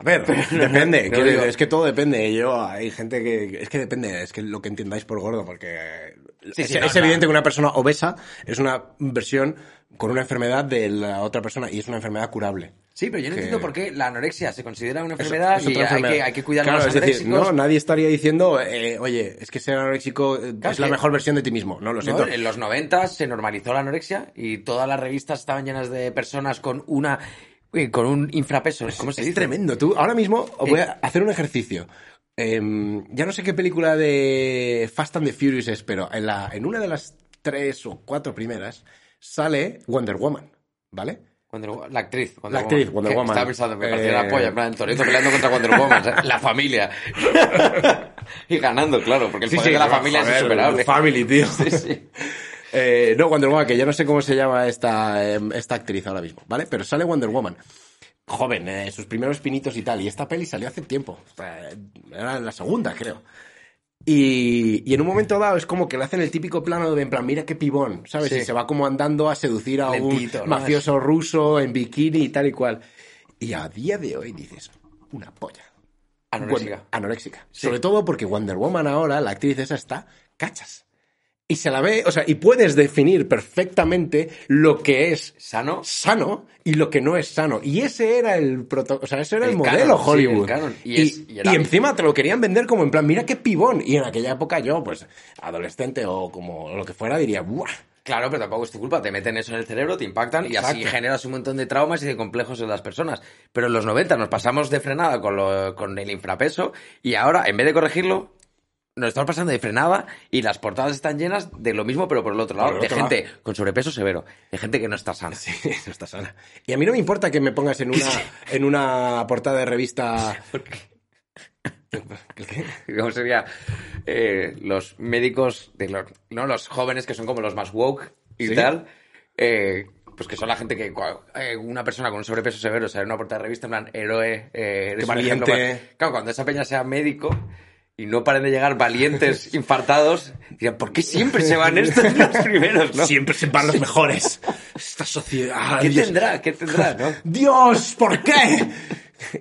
A ver, depende. no quiero digo- decir, es que todo depende. Yo, hay gente que. Es que depende, es que lo que entendáis por gordo, porque. eh, Sí, es sí, no, es no. evidente que una persona obesa es una versión con una enfermedad de la otra persona y es una enfermedad curable. Sí, pero yo no Que- entiendo por qué la anorexia se considera una Es- enfermedad es y otra enfermedad. Hay, que, hay que cuidar claro, a los es decir, anoréxicos. no, nadie estaría diciendo, eh, oye, es que ser anoréxico eh, Claro, es la que- mejor versión de ti mismo. No, lo ¿no? siento. En los 90 se normalizó la anorexia y todas las revistas estaban llenas de personas con una eh, con un infrapeso. ¿Cómo se es dice? tremendo. Tú, ahora mismo os Eh, voy a hacer un ejercicio. Em, ya no sé qué película de Fast and the Furious es, pero en, la, en una de las tres o cuatro primeras sale Wonder Woman, ¿vale? Wonder Wo- la actriz. La Wonder actriz, Wonder Que Woman. Estaba pensando, me Eh, parecía una polla. En plan, Toretto peleando contra Wonder Woman. ¿sabes? La familia. y ganando, claro, porque el poder de la familia es joder, insuperable. Family, tío. Sí, sí. Eh, no, Wonder Woman, que ya no sé cómo se llama esta, eh, esta actriz ahora mismo, ¿vale? Pero sale Wonder Woman. Joven, eh, sus primeros pinitos y tal. Y esta peli salió hace tiempo. O sea, Era la segunda, creo. Y, y en un momento dado es como que le hacen el típico plano de en plan, mira qué pibón, ¿sabes? Sí. Y se va como andando a seducir a Lentito, un ¿no? mafioso ruso en bikini y tal y cual. Y a día de hoy dices, una polla. Anoréxica. Bueno, anoréxica. Sobre todo porque Wonder Woman ahora, la actriz esa, está cachas. Y se la ve, o sea, y puedes definir perfectamente lo que es Sano. sano y lo que no es sano. Y ese era el proto- o sea, ese era el, El modelo canon, sí, Hollywood. el canon. Y Y, es- y era y bien. encima te lo querían vender como en plan, mira qué pibón. Y en aquella época yo, pues, adolescente o como lo que fuera, diría, ¡buah! Claro, pero tampoco es tu culpa. Te meten eso en el cerebro, te impactan y así Exacto. generas un montón de traumas y de complejos en las personas. Pero en los 90 nos pasamos de frenada con, lo- con el infrapeso y ahora, en vez de corregirlo, nos estamos pasando de frenada y las portadas están llenas de lo mismo, pero por el otro lado. Por el de otro gente con sobrepeso severo, de gente que no está sana. Sí, eso está sana. Y a mí no me importa que me pongas en una, en una portada de revista... ¿El qué? ¿Cómo sería? Eh, los médicos, de los, ¿no? Los jóvenes que son como los más woke y Sí. tal, eh, Pues que son la gente que cua- eh, una persona con un sobrepeso severo sale en una portada de revista en plan héroe, eh, eres Qué un ejemplo para- valiente. Claro, cuando esa peña sea médico y no paren de llegar valientes, infartados, dirán, ¿por qué siempre se van estos los primeros, no? Siempre se van los mejores. Esta sociedad. ¿Qué Dios. tendrá? ¿Qué tendrá, no? Dios, ¿por qué?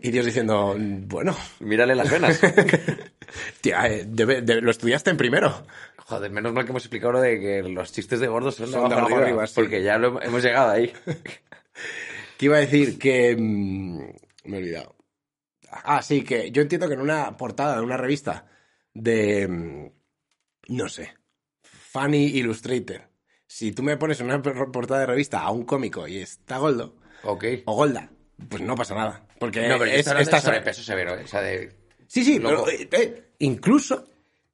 Y Dios diciendo, bueno, Mírale las venas. tía, eh, debe- debe- lo estudiaste en primero. Joder, menos mal que hemos explicado lo de que los chistes de gordos son, de Son abajo de abajo arriba, arriba, sí. porque ya lo, hemos llegado ahí. Que iba a decir que... mm, me he olvidado. Ah, sí, que yo entiendo que en una portada de una revista de... mm, No sé. Funny Illustrator. Si tú me pones en una per- portada de revista a un cómico y está Goldo, Ok. o Golda, pues no pasa nada. Porque No, pero yo es- estoy hablando de estás- sobrepeso severo, eh, o sea, de... Sí, sí, Loco. pero, eh, eh, incluso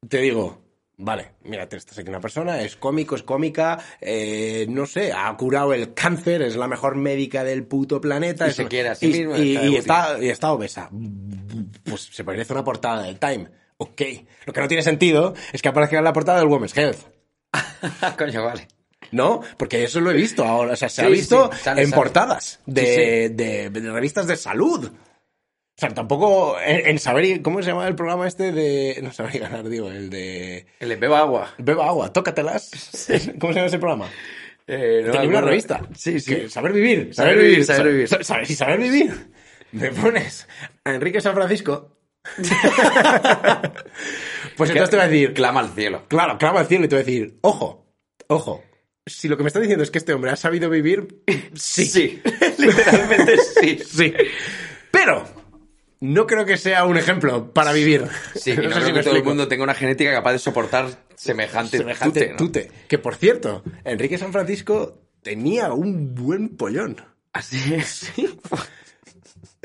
te digo, vale, mira, te estás aquí una persona, es cómico, es cómica, eh, no sé, ha curado el cáncer, es la mejor médica del puto planeta. Y es se una- quiere a sí y- mismo, y- está y de está, y está obesa. Pues se parece una portada del Time. Ok. Lo que no tiene sentido es que aparezca en la portada del Women's Health. Coño, vale. ¿No? Porque eso lo he visto ahora. O sea, se Sí, ha visto sí, sale, en sale. portadas de, Sí, de- de revistas de salud. O sea, tampoco en, en saber y- ¿Cómo se llama el programa este de. No saber y ganar, digo, el de. Que le beba agua. Beba agua, tócatelas. ¿Cómo se llama ese programa? Eh, no Tenía me una acuerdo. revista. Sí, sí. Que saber vivir. Saber vivir, saber sa- vivir. sa- saber- y saber vivir. Me pones a Enrique San Francisco. pues entonces te voy a decir, Clama al cielo. Claro, clama al cielo y te voy a decir, ojo, ojo, si lo que me está diciendo es que este hombre ha sabido vivir, sí, Literalmente sí. sí. Pero no creo que sea un ejemplo para vivir. Sí, y No no, sé creo si que me todo el explico. mundo tenga una genética capaz de soportar semejante, Semejante tute, ¿no? tute. Que por cierto, Enrique San Francisco tenía un buen pollón. Así es.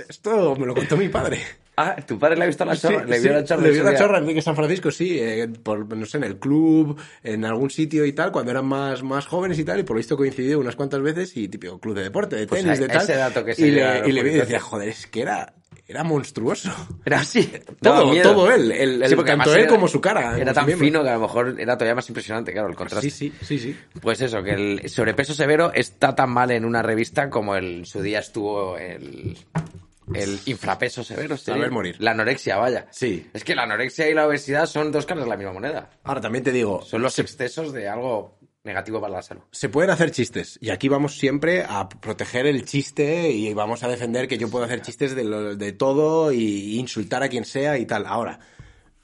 Esto me lo contó mi padre. Ah, ¿tu padre le ha visto la chorra? Sí, le vio sí, la chorra. le en vio su la día. chorra a Enrique San Francisco, sí, eh, por, no sé, en el club, en algún sitio y tal, cuando eran más, más jóvenes y tal, y por lo visto coincidió unas cuantas veces y típico club de deporte, de Pues tenis, a- de a tal. ese dato que se y, le da le, a y le vi y los decía, joder, es que era, era monstruoso. Era así. daba Todo, miedo. todo él, el, el- Sí, porque tanto además él era- como su cara. como Era su tan miembro. fino que a lo mejor era todavía más impresionante, claro, el contraste. Sí, sí, sí, sí. Pues eso, que el sobrepeso severo está tan mal en una revista como el, en su día estuvo el, el infrapeso severo. sería. ver morir. La anorexia, vaya. Sí. Es que la anorexia y la obesidad son dos caras de la misma moneda. Ahora también te digo, Son los excesos de algo negativo para la salud. se pueden hacer chistes y aquí vamos siempre a proteger el chiste y vamos a defender que yo puedo hacer chistes de, lo- de todo y insultar a quien sea y tal. Ahora,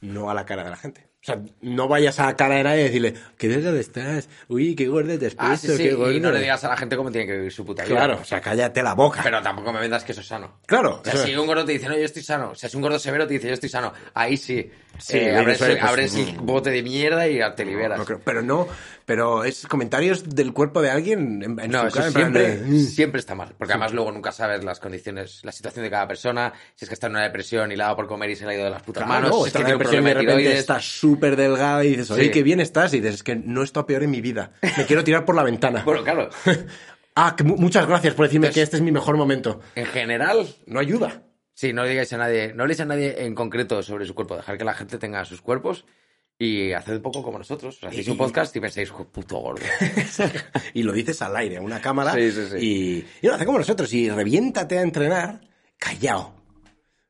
no a la cara de la gente. O sea, no vayas a la cara de nadie y decirle, qué delgado estás, uy, qué gordo te has Ah, sí, puesto, sí. qué Y no gordo". le digas a la gente cómo tiene que vivir su puta vida. Claro, o sea, cállate la boca. Pero tampoco me vendas que eso es sano. claro, O sea, o sea, si un gordo te dice, no, yo estoy sano. O sea, si un gordo severo te dice, yo estoy sano. Ahí sí. Sí, Eh, ahí abres, dices, pues, abres el mm. bote de mierda y te liberas. no creo- pero no, pero es comentarios del cuerpo de alguien en, en No, su eso cara, en plan siempre, de, "Mm". siempre está mal. Porque además luego nunca sabes las condiciones, la situación de cada persona. Si es que está en una depresión y la da por comer y se le ha ido de las putas Claro, manos. si es está que la tiene un depresión y problema de de repente tiroides. estás súper delgada y dices, oye, Sí. qué bien estás. Y dices, es que no está peor en mi vida. Me quiero tirar por la ventana. Bueno, claro. ah, que mu- muchas gracias por decirme Pues- que este es mi mejor momento. En general, No ayuda. sí, no digáis a nadie, no leéis a nadie en concreto sobre su cuerpo. Dejar que la gente tenga sus cuerpos y haced poco como nosotros. Hacéis un Y- podcast y pensáis, "Jo, puto gordo. y lo dices al aire, a una cámara. Sí, sí, sí. Y, y no, hace como nosotros. Y reviéntate a entrenar, callao.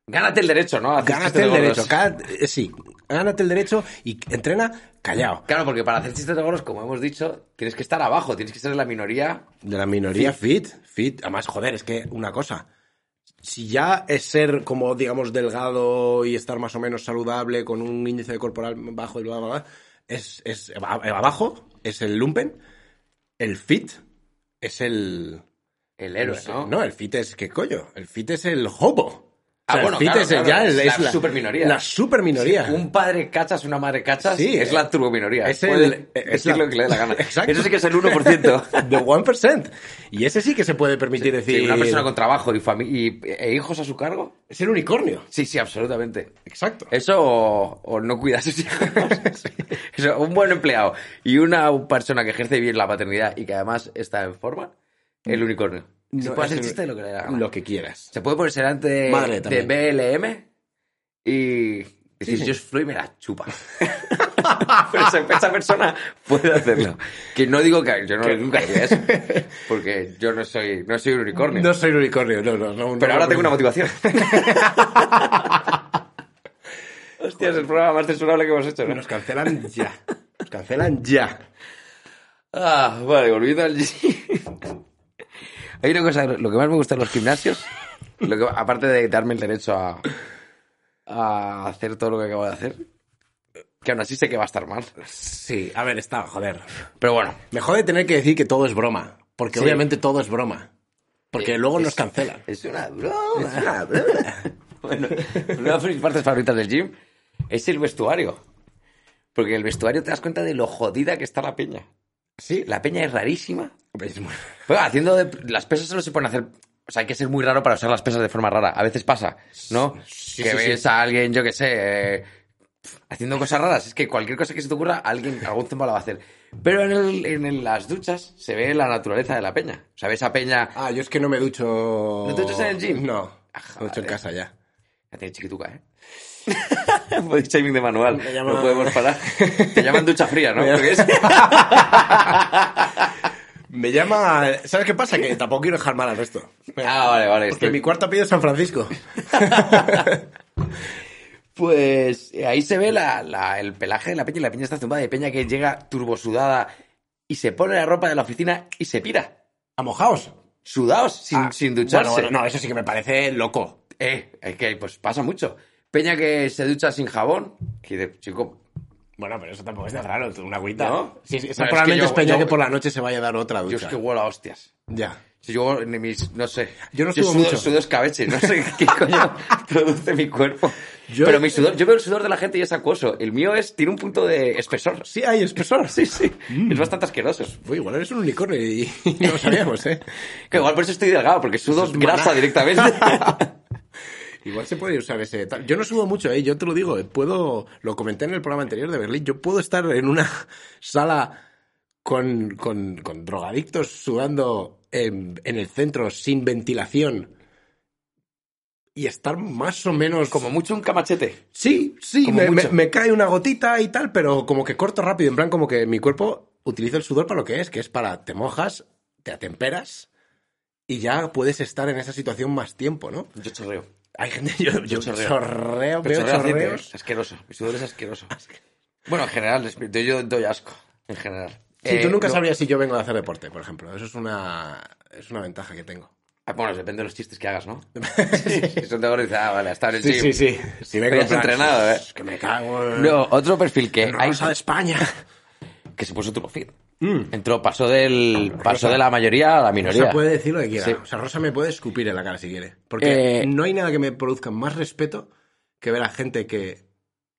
Gánate el derecho, ¿no? A hacer chistes Gánate de el derecho. gordos. ca- eh, sí, gánate el derecho y entrena, callao. Claro, porque para hacer chistes de gordos, como hemos dicho, tienes que estar abajo, tienes que ser la minoría. De la minoría fit. fit, Además, joder, es que una cosa. Si ya es ser como, digamos, delgado y estar más o menos saludable con un índice de corporal bajo y bla, bla, bla, es, es a- abajo, es el lumpen, el fit es el... El héroe, no sé, ¿no? el fit es, ¿qué coño? El fit es el hobo. Ah, el bueno, fit claro, es el- claro, ya el- es la es superminoría. La superminoría. Un padre cachas, una madre cachas, Sí, es la turbominoría. es Es el- es decir la- lo que le dé la gana. Exacto. Eso sí que es el 1%. The 1%. Y ese sí que se puede permitir decir... Sí, una persona con trabajo y, fami- y- e hijos a su cargo. Es el unicornio. Sí, sí, absolutamente. Exacto. Eso o, o no cuida a sus hijos. Eso, un buen empleado y una persona que ejerce bien la paternidad y que además está en forma, el unicornio. Se No, puede hacer es el- chiste de lo que le dé la gana. Lo que quieras. Se puede ponerse delante de, Madre de también. BLM y decir, Sí. yo soy Floyd, me la chupa. Pero esa, esa persona puede hacerlo. Que no digo que yo no, nunca haría eso. Porque yo no soy, no soy un unicornio. No soy un unicornio, no, no, no. pero no, ahora no, tengo una no. motivación. Hostia, es el programa más censurable que hemos hecho, ¿no? Nos cancelan ya. Nos cancelan ya. Ah, vale, volviendo al gym. Hay una cosa, lo que más me gusta en los gimnasios, lo que- aparte de darme el derecho a, a hacer todo lo que acabo de hacer, que aún así sé que va a estar mal. Sí, a ver, está, joder. Pero bueno, Me jode tener que decir que todo es broma. Porque Sí. Eh, obviamente todo es broma. Porque luego nos cancelan. es una broma. Es una broma. bueno, una de mis partes favoritas del gym es el vestuario. Porque en el vestuario te das cuenta de lo jodida que está la peña. Sí, La peña es rarísima. es muy- Bueno, haciendo de- las pesas solo se pueden hacer. O sea, hay que ser muy raro para usar las pesas de forma rara. A veces pasa, ¿no? Sí, que sí, sí. ves a alguien, yo qué sé, eh, haciendo cosas raras. Es que cualquier cosa que se te ocurra, alguien, algún tiempo la va a hacer. Pero en, el- en el- las duchas se ve la naturaleza de la peña. O sea, ves a peña. Ah, yo es que no me ducho. ¿No te duchas en el gym? Ah, No. Me ducho joder. en casa ya. La tiene chiquituca, ¿eh? Body shaming de manual. Me llaman- No podemos parar. Te llaman ducha fría, ¿no? Me llaman- Porque es- Me llama. ¿Sabes qué pasa? Que tampoco quiero dejar mal al resto. Ah, vale, vale. Porque estoy- mi cuarto apellido es San Francisco. Pues eh, ahí se ve la- la- el pelaje de la peña y la peña está zumbada de peña que llega turbosudada y se pone la ropa de la oficina y se pira. ¿A mojaos? Sudados, sin, Ah, sin ducharse. Bueno, bueno, no, eso sí que me parece loco. Eh, es que pues pasa mucho. Peña que se ducha sin jabón. Que dice, chico, Bueno, pero eso tampoco es tan raro, una agüita. ¿No? Sí, sí, eso Pero es probablemente que es, yo- peña yo- que por la noche se vaya a dar otra yo ducha. es que huelo a hostias. Ya. Si yo ni mis, no sé. Yo no sudo, sudo mucho. sudo escabeche, no sé qué coño produce mi cuerpo. Yo- Pero mi sudor, yo veo el sudor de la gente y es acuoso. El mío es, tiene un punto de espesor. Sí, hay espesor. Mm. Sí, sí. Es bastante asqueroso. Uy, igual eres un unicornio y, y no lo sabíamos, ¿eh? Que igual por eso estoy delgado, porque sudo Eso es grasa maná. directamente. Igual se puede usar ese tal. Yo no subo mucho, ¿eh? Yo te lo digo, eh, puedo... Lo comenté en el programa anterior de Berlín. Yo puedo estar en una sala con, con, con drogadictos sudando en, en el centro sin ventilación y estar más o menos... Como mucho un camachete. Sí, sí, Como me, mucho. me- me cae una gotita y tal, pero como que corto rápido, en plan como que mi cuerpo utiliza el sudor para lo que es, que es para te mojas, te atemperas y ya puedes estar en esa situación más tiempo, ¿no? Yo chorreo. Hay gente, yo, yo chorreo. chorreo, veo Pero chorreo aceite, chorreos. es asqueroso. Mi sudor es asqueroso. Bueno, en general, les- yo- yo doy asco. En general. Sí, Eh, tú nunca no- sabrías si yo vengo de hacer deporte, por ejemplo. Eso es una, es una ventaja que tengo. Ah, Bueno, depende de los chistes que hagas, ¿no? Si son de gordo, dices, ah, vale, hasta en el gym. sí. Si vengo en Pero ya has plan, entrenado, ¿eh? "Es Que me cago en... No, otro perfil que en hay Rosa de España. que se puso turbofit. Mm. Entró, pasó del pasó de la mayoría a la O minoría. sea, puede decir lo que quiera. Sí. O sea, Rosa me puede escupir en la cara si quiere. Porque Eh, no hay nada que me produzca más respeto que ver a gente que...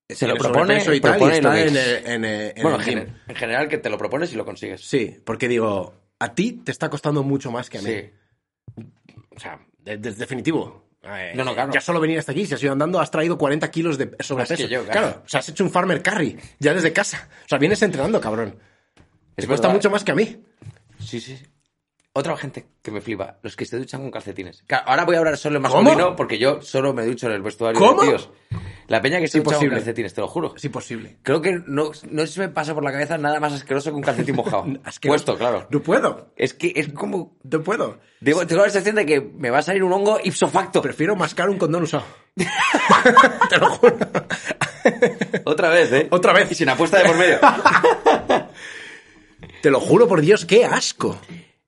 Se lo tiene propone, sobrepeso y tal, propone y lo está que en es. el, en el- en Bueno, en, el gym. gener- en general que te lo propones y lo consigues. Sí, porque digo, a ti te está costando mucho más que a mí. Sí. O sea, de- de- definitivo. Eh, No, no, claro. Ya solo venir hasta aquí, si has ido andando, has traído 40 kilos de sobrepeso. Más que yo, claro. claro. o sea, has hecho un farmer carry ya desde casa. O sea, vienes entrenando, cabrón. Es Te cuesta verdad. mucho más que a mí. Sí, sí. sí. Otra gente que me flipa, los que se duchan con calcetines. Claro, ahora voy a hablar solo en ¿Cómo? masculino porque yo solo me ducho en el vestuario ¿Cómo? de tíos. La peña que se ducha con Imposible. calcetines, te lo juro. Es imposible. Creo que no, no se me pasa por la cabeza nada más asqueroso que un calcetín mojado. Asqueroso. Puesto, claro. No puedo, Es que es como... no puedo. Digo, tengo la sensación de que me va a salir un hongo ipso facto. Prefiero mascar un condón usado. Te lo juro. Otra vez, ¿eh? Otra vez. Y sin apuesta de por medio. Te lo juro por Dios, qué asco.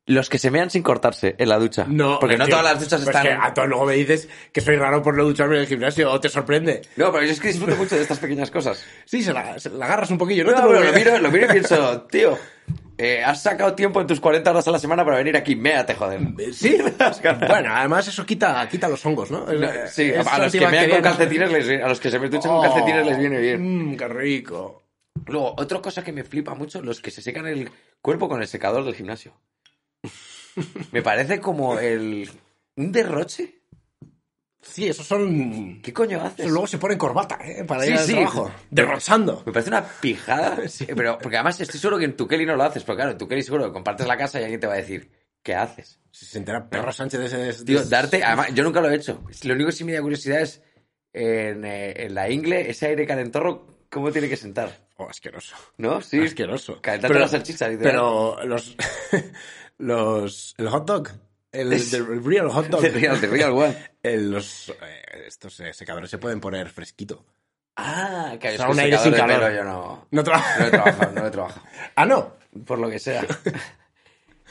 Los que se mean sin cortarse en la ducha. Porque no tío, todas las duchas pues están... que a todos luego me dices que soy raro por no ducharme en el gimnasio o te sorprende. No, pero yo es que disfruto mucho de estas pequeñas cosas. Sí, se la, se la agarras un poquillo, ¿no? No, te pero preocupes. lo miro, lo miro y pienso, tío, eh, has sacado tiempo en tus 40 horas a la semana para venir aquí, méate, joder. Sí, bueno, además eso quita, quita los hongos, ¿no? No, Es- sí, es a los que mean con antibacteriano. calcetines, les- a los que se me duchan Oh, con calcetines les viene bien. Mmm, qué rico. Luego, otra cosa que me flipa mucho, los que se secan el cuerpo con el secador del gimnasio. Me parece como el... un derroche. Sí, esos son... ¿Qué coño haces? esos luego se ponen corbata, ¿eh? Para Sí, ir al sí. trabajo. Derrochando. Me parece una pijada. eh, Pero, porque además estoy seguro que en tu Kelly no lo haces, porque claro, en tu Kelly seguro que compartes la casa y alguien te va a decir, ¿qué haces? Si se entera Perro Sánchez de ese... de- Tío, de- darte. Además, yo nunca lo he hecho. Lo único que sí me da curiosidad es en, eh, en la ingle, ese aire calentorro, ¿Cómo tiene que sentar? Oh, asqueroso. ¿No? Sí. Asqueroso. Calentarte Pero- la salchicha, literal. Pero los. los. El hot dog. El, Es- the real hot dog. The real, the real one. El- los. eh, estos eh, secadores se pueden poner fresquito. Ah, sea, que es que un aire sin secador de calor. pelo yo no... No No tra- he trabajado, no he trabajado. ah, no. Por lo que sea.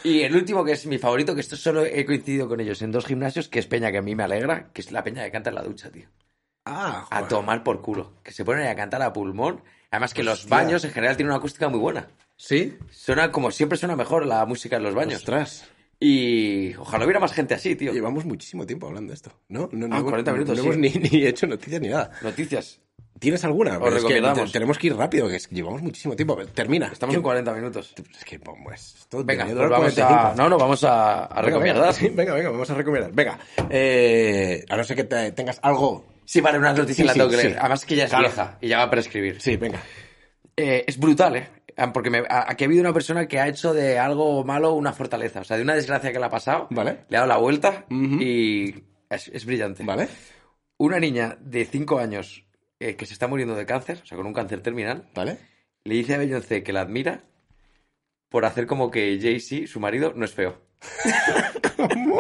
Y el último, que es mi favorito, que esto solo he coincidido con ellos en dos gimnasios, que es Peña, que a mí me alegra, que es la Peña que canta en la ducha, tío. Ah, A joder. tomar por culo. Que se ponen ahí a cantar a pulmón. Además que los Hostia. baños en general tienen una acústica muy buena. ¿Sí? Suena como siempre suena mejor la música en los baños. Ostras. Y ojalá hubiera más gente así, tío. Llevamos muchísimo tiempo hablando de esto, ¿no? No, no Ah, hemos- 40 minutos, no sí. hemos ni, ni hecho noticias ni nada. Noticias. ¿Tienes alguna? Pero es que te- recomendamos. tenemos que ir rápido, que es que llevamos muchísimo tiempo. Termina. Estamos Que- en 40 minutos. Es que, bueno, pues, esto debería Venga, pues durar vamos 45. a... No, no, vamos a, a Venga, recomendar. Venga, sí, venga, venga, vamos a recomendar. Venga, eh, a no ser que te- tengas algo. Sí, vale, una noticia Sí, la sí, tengo que leer. sí. Además que ya es Claro. vieja y ya va a prescribir. Sí, venga. Eh, es brutal, ¿eh? Ah, Porque me, a- aquí ha habido una persona que ha hecho de algo malo una fortaleza. O sea, de una desgracia que le ha pasado, Vale. le ha dado la vuelta Ujú. y es, es brillante. ¿Vale? Una niña de 5 años eh, que se está muriendo de cáncer, o sea, con un cáncer terminal, ¿Vale? le dice a Beyoncé que la admira por hacer como que Jay-Z, su marido, no es feo.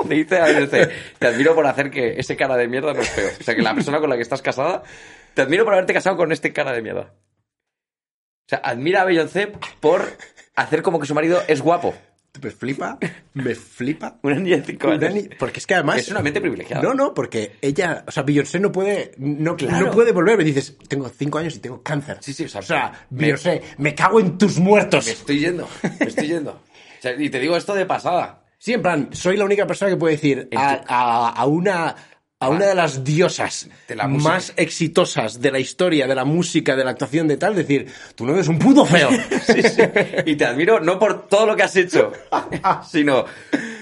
Le dice a Beyoncé, te admiro por hacer que ese cara de mierda no es feo. O sea, que la persona con la que estás casada, te admiro por haberte casado con este cara de mierda. O sea, admira a Beyoncé por hacer como que su marido es guapo. Me flipa, me flipa. Una niña de 5 Una años. ni- Porque es que además. Es una mente privilegiada. No, no, porque ella, o sea, Beyoncé no puede, no, Claro. no puede volver. Me dices, tengo cinco años y tengo cáncer. Sí, sí, o sea, o sea me- Beyoncé, me cago en tus Me muertos. estoy yendo, me estoy yendo. O sea, y te digo esto de pasada. Sí, en plan, soy la única persona que puede decir a, a- a una, a una de las diosas Ah. De la música. más exitosas de la historia, de la música, de la actuación de tal, decir, tú no eres un puto feo. Sí, sí. Y te admiro no por todo lo que has hecho, sino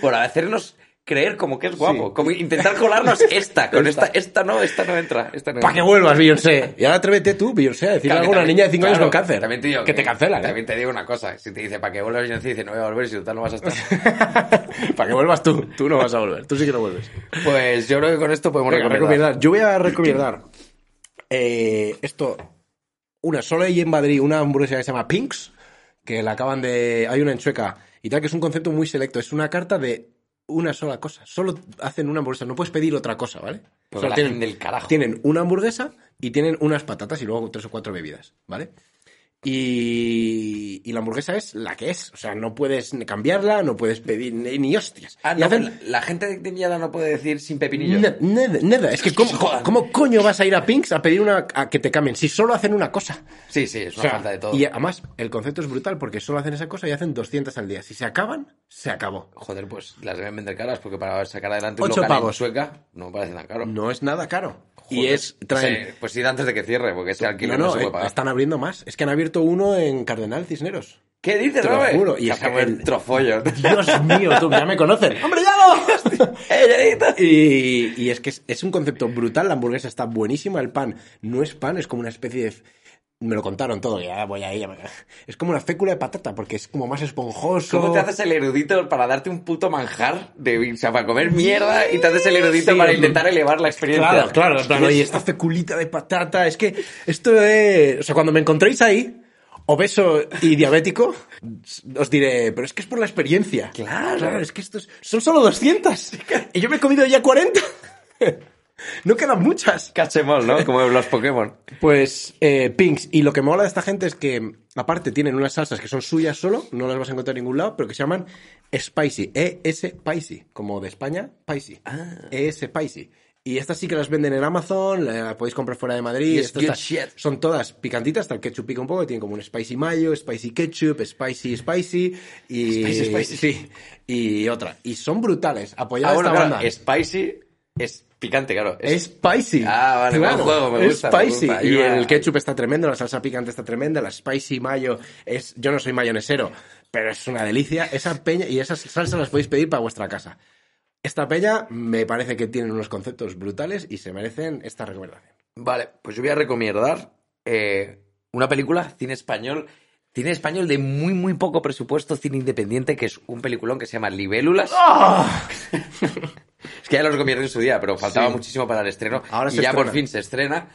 por hacernos creer como que es guapo. Sí. Como intentar colarnos esta, con esta, esta no, esta no entra. Esta no Para que entra. vuelvas, Beyoncé. Y ahora atrévete tú, Beyoncé, a decirle Claro, algo a una también- niña de 5 años claro, con cáncer. También te digo que, te cancelan. ¿eh? También te digo una cosa. Si te dice para que vuelvas, yo te dice no voy a volver, si total no vas a estar. Para que vuelvas tú. Tú no vas a volver. Tú sí que no vuelves. Pues yo creo que con esto podemos Venga, recomendar. recomendar. Yo voy a recomendar eh, esto. Una, solo hay en Madrid una hamburguesa que se llama Pinks, que la acaban de. Hay una en Chueca y tal, que es un concepto muy selecto. Es una carta de una sola cosa. Solo hacen una hamburguesa, no puedes pedir otra cosa, ¿vale? Porque Solo Pues la hacen del carajo. Tienen una hamburguesa y tienen unas patatas y luego tres o cuatro bebidas, ¿vale? Y, y la hamburguesa es la que es. O sea, no puedes cambiarla, no puedes pedir ni, ni hostias. Ah, Y no, hacen- la, la gente de- de mierda no puede decir sin pepinillo. Nada, nada, nada. Es que ¿cómo, Joder. cómo coño vas a ir a Pinks a pedir una a que te cambien si solo hacen una cosa? Sí, sí, es una O sea, falta de todo. Y además, el concepto es brutal porque solo hacen esa cosa y hacen 200 al día. Si se acaban, se acabó. Joder, pues las deben vender caras porque para sacar adelante un Ocho local en pavos. Sueca no me parece tan caro. No es nada caro. Y Joder. es traen Sí, pues sí, antes de que cierre, porque ese alquiler No, no, no, se eh, puede pagar. están abriendo más. Es que han abierto uno en Cardenal Cisneros. ¿Qué dices, Te lo Robert? juro, y Que es que hacemos el el- trofollo. Dios mío, tú ya me conocen. ¡Hombre, ya lo! ¡Eh, Llerita! Y, y es que es, es un concepto brutal. La hamburguesa está buenísima. El pan no es pan, es como una especie de. f- Me lo contaron todo, ya voy ahí. ya me- Es como una fécula de patata, porque es como más esponjoso. ¿Cómo te haces el erudito para darte un puto manjar? De, o sea, para comer mierda y te haces el erudito Sí, para hombre. intentar elevar la experiencia. Claro, claro, en plan, oye, esta feculita de patata, es que esto es... O sea, cuando me encontréis ahí, obeso y diabético, os diré, pero es que es por la experiencia. Claro. es que estos son solo 200. Y yo me he comido ya 40. No quedan muchas. Cachemol, ¿no? Como los Pokémon. Pues eh, Pinks, y lo que me mola de esta gente es que, aparte, tienen unas salsas que son suyas solo, no las vas a encontrar en ningún lado, pero que se llaman Spicy, ES Spicy, como de España, Spicy, Ah. ES Spicy. Y estas sí que las venden en Amazon, la podéis comprar fuera de Madrid. Yes, estas- good estas shit. Son todas picantitas, hasta el ketchup pica un poco, tienen como un spicy mayo, spicy ketchup, spicy spicy y Spicy, spicy. sí, y otra. Y son brutales. Apoyad Ah, a bueno, esta claro, banda. spicy es picante, claro. Es- Es spicy. Ah, vale, buen juego, me es gusta, me spicy. gusta. Y Iba- el ketchup está tremendo, la salsa picante está tremenda, la spicy mayo es... Yo no soy mayonesero, pero es una delicia. Esa peña y esas salsas las podéis pedir para vuestra casa. Esta peña me parece que tienen unos conceptos brutales y se merecen esta recomendación. Vale, pues yo voy a recomendar eh, una película, cine español, cine español de muy, muy poco presupuesto, cine independiente, que es un peliculón que se llama Libélulas. ¡Oh! ¡Ah! Es que ya lo recomendé en su día, pero faltaba Sí. muchísimo para el estreno. Ahora y se ya por estrena. fin se estrena,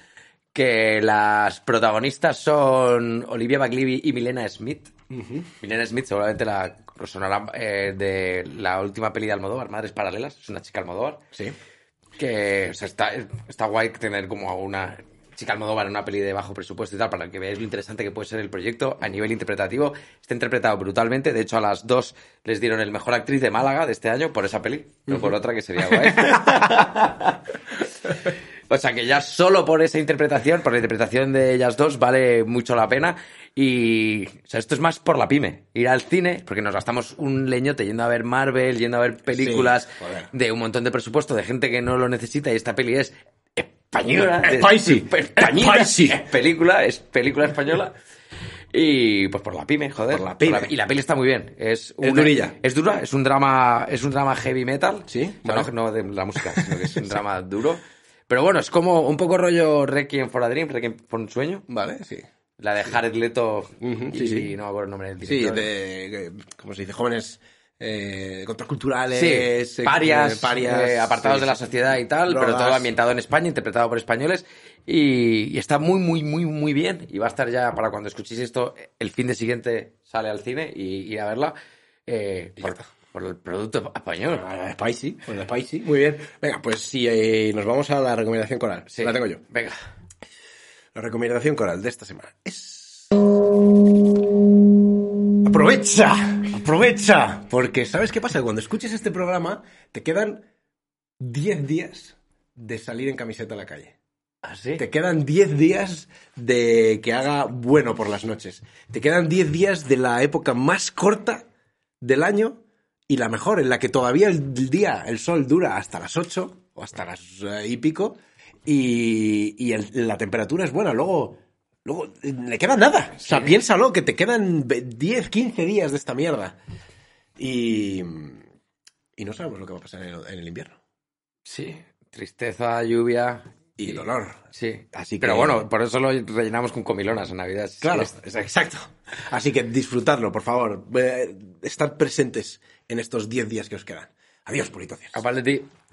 que las protagonistas son Olivia McLeavy y Milena Smith. Milena Smith seguramente la sonará eh, de la última peli de Almodóvar, Madres Paralelas, es una chica Almodóvar, Sí. que o sea, está, está guay tener como a una chica Almodóvar en una peli de bajo presupuesto y tal, para que veáis lo interesante que puede ser el proyecto a nivel interpretativo. Está interpretado brutalmente, de hecho a las dos les dieron el mejor actriz de Málaga de este año por esa peli, no por otra que sería guay. O sea que ya solo por esa interpretación, por la interpretación de ellas dos, vale mucho la pena. Y o sea, esto es más por la pyme. Ir al cine, porque nos gastamos un leñote yendo a ver Marvel, yendo a ver películas Sí, joder. de un montón de presupuesto, de gente que no lo necesita, y esta peli es española. de- Spicy. españita, Spicy. Es película, es película española. Y pues por la pyme, joder. Por la pyme. y la peli está muy bien. Es, Es una- durilla. Es dura, es un drama, es un drama heavy metal. Sí, O sea, vale. no- no de la música, sino que es un drama duro. Pero bueno, es como un poco rollo Requiem for a Dream, Requiem por un sueño. Vale, sí. La de Jared Leto Ujú, y, sí, sí. no me acuerdo el nombre del Sí, director. de, eh, ¿cómo se dice? Jóvenes eh, contraculturales, Sí, eh, parias, eh, parias, eh, apartados sí, de la sí. sociedad y tal, pero Drogas. todo ambientado en España, interpretado por españoles. Y, y está muy, muy, muy, muy bien. Y va a estar ya para cuando escuchéis esto, el fin de siguiente sale al cine y ir a verla eh, por, por el producto español. Ah, Spicy, pues la spicy. Muy bien. Venga, pues sí, eh, nos vamos a la recomendación coral. Sí. La tengo yo. Venga. La recomendación coral de esta semana es... Aprovecha, aprovecha. Porque ¿sabes qué pasa? Cuando escuches este programa, te quedan 10 días de salir en camiseta a la calle. ¿Así? Te quedan 10 días de que haga bueno por las noches. Te quedan 10 días de la época más corta del año y la mejor, en la que todavía el día, el sol dura hasta las 8 o hasta las eh, y pico y, y el- la temperatura es buena. Luego, luego eh, le queda nada. O sea, piénsalo, que te quedan ve- 10, 15 días de esta mierda. Y, y no sabemos lo que va a pasar en el, en el invierno. Sí. Tristeza, lluvia. Y dolor. Sí. Así que- Pero bueno, por eso lo rellenamos con comilonas en Navidad. Este, Sí, Claro, es- es- exacto. Así que disfrutadlo, por favor. Eh, Estad presentes en estos 10 días que os quedan. Adiós, puritocias. Aparte de ti.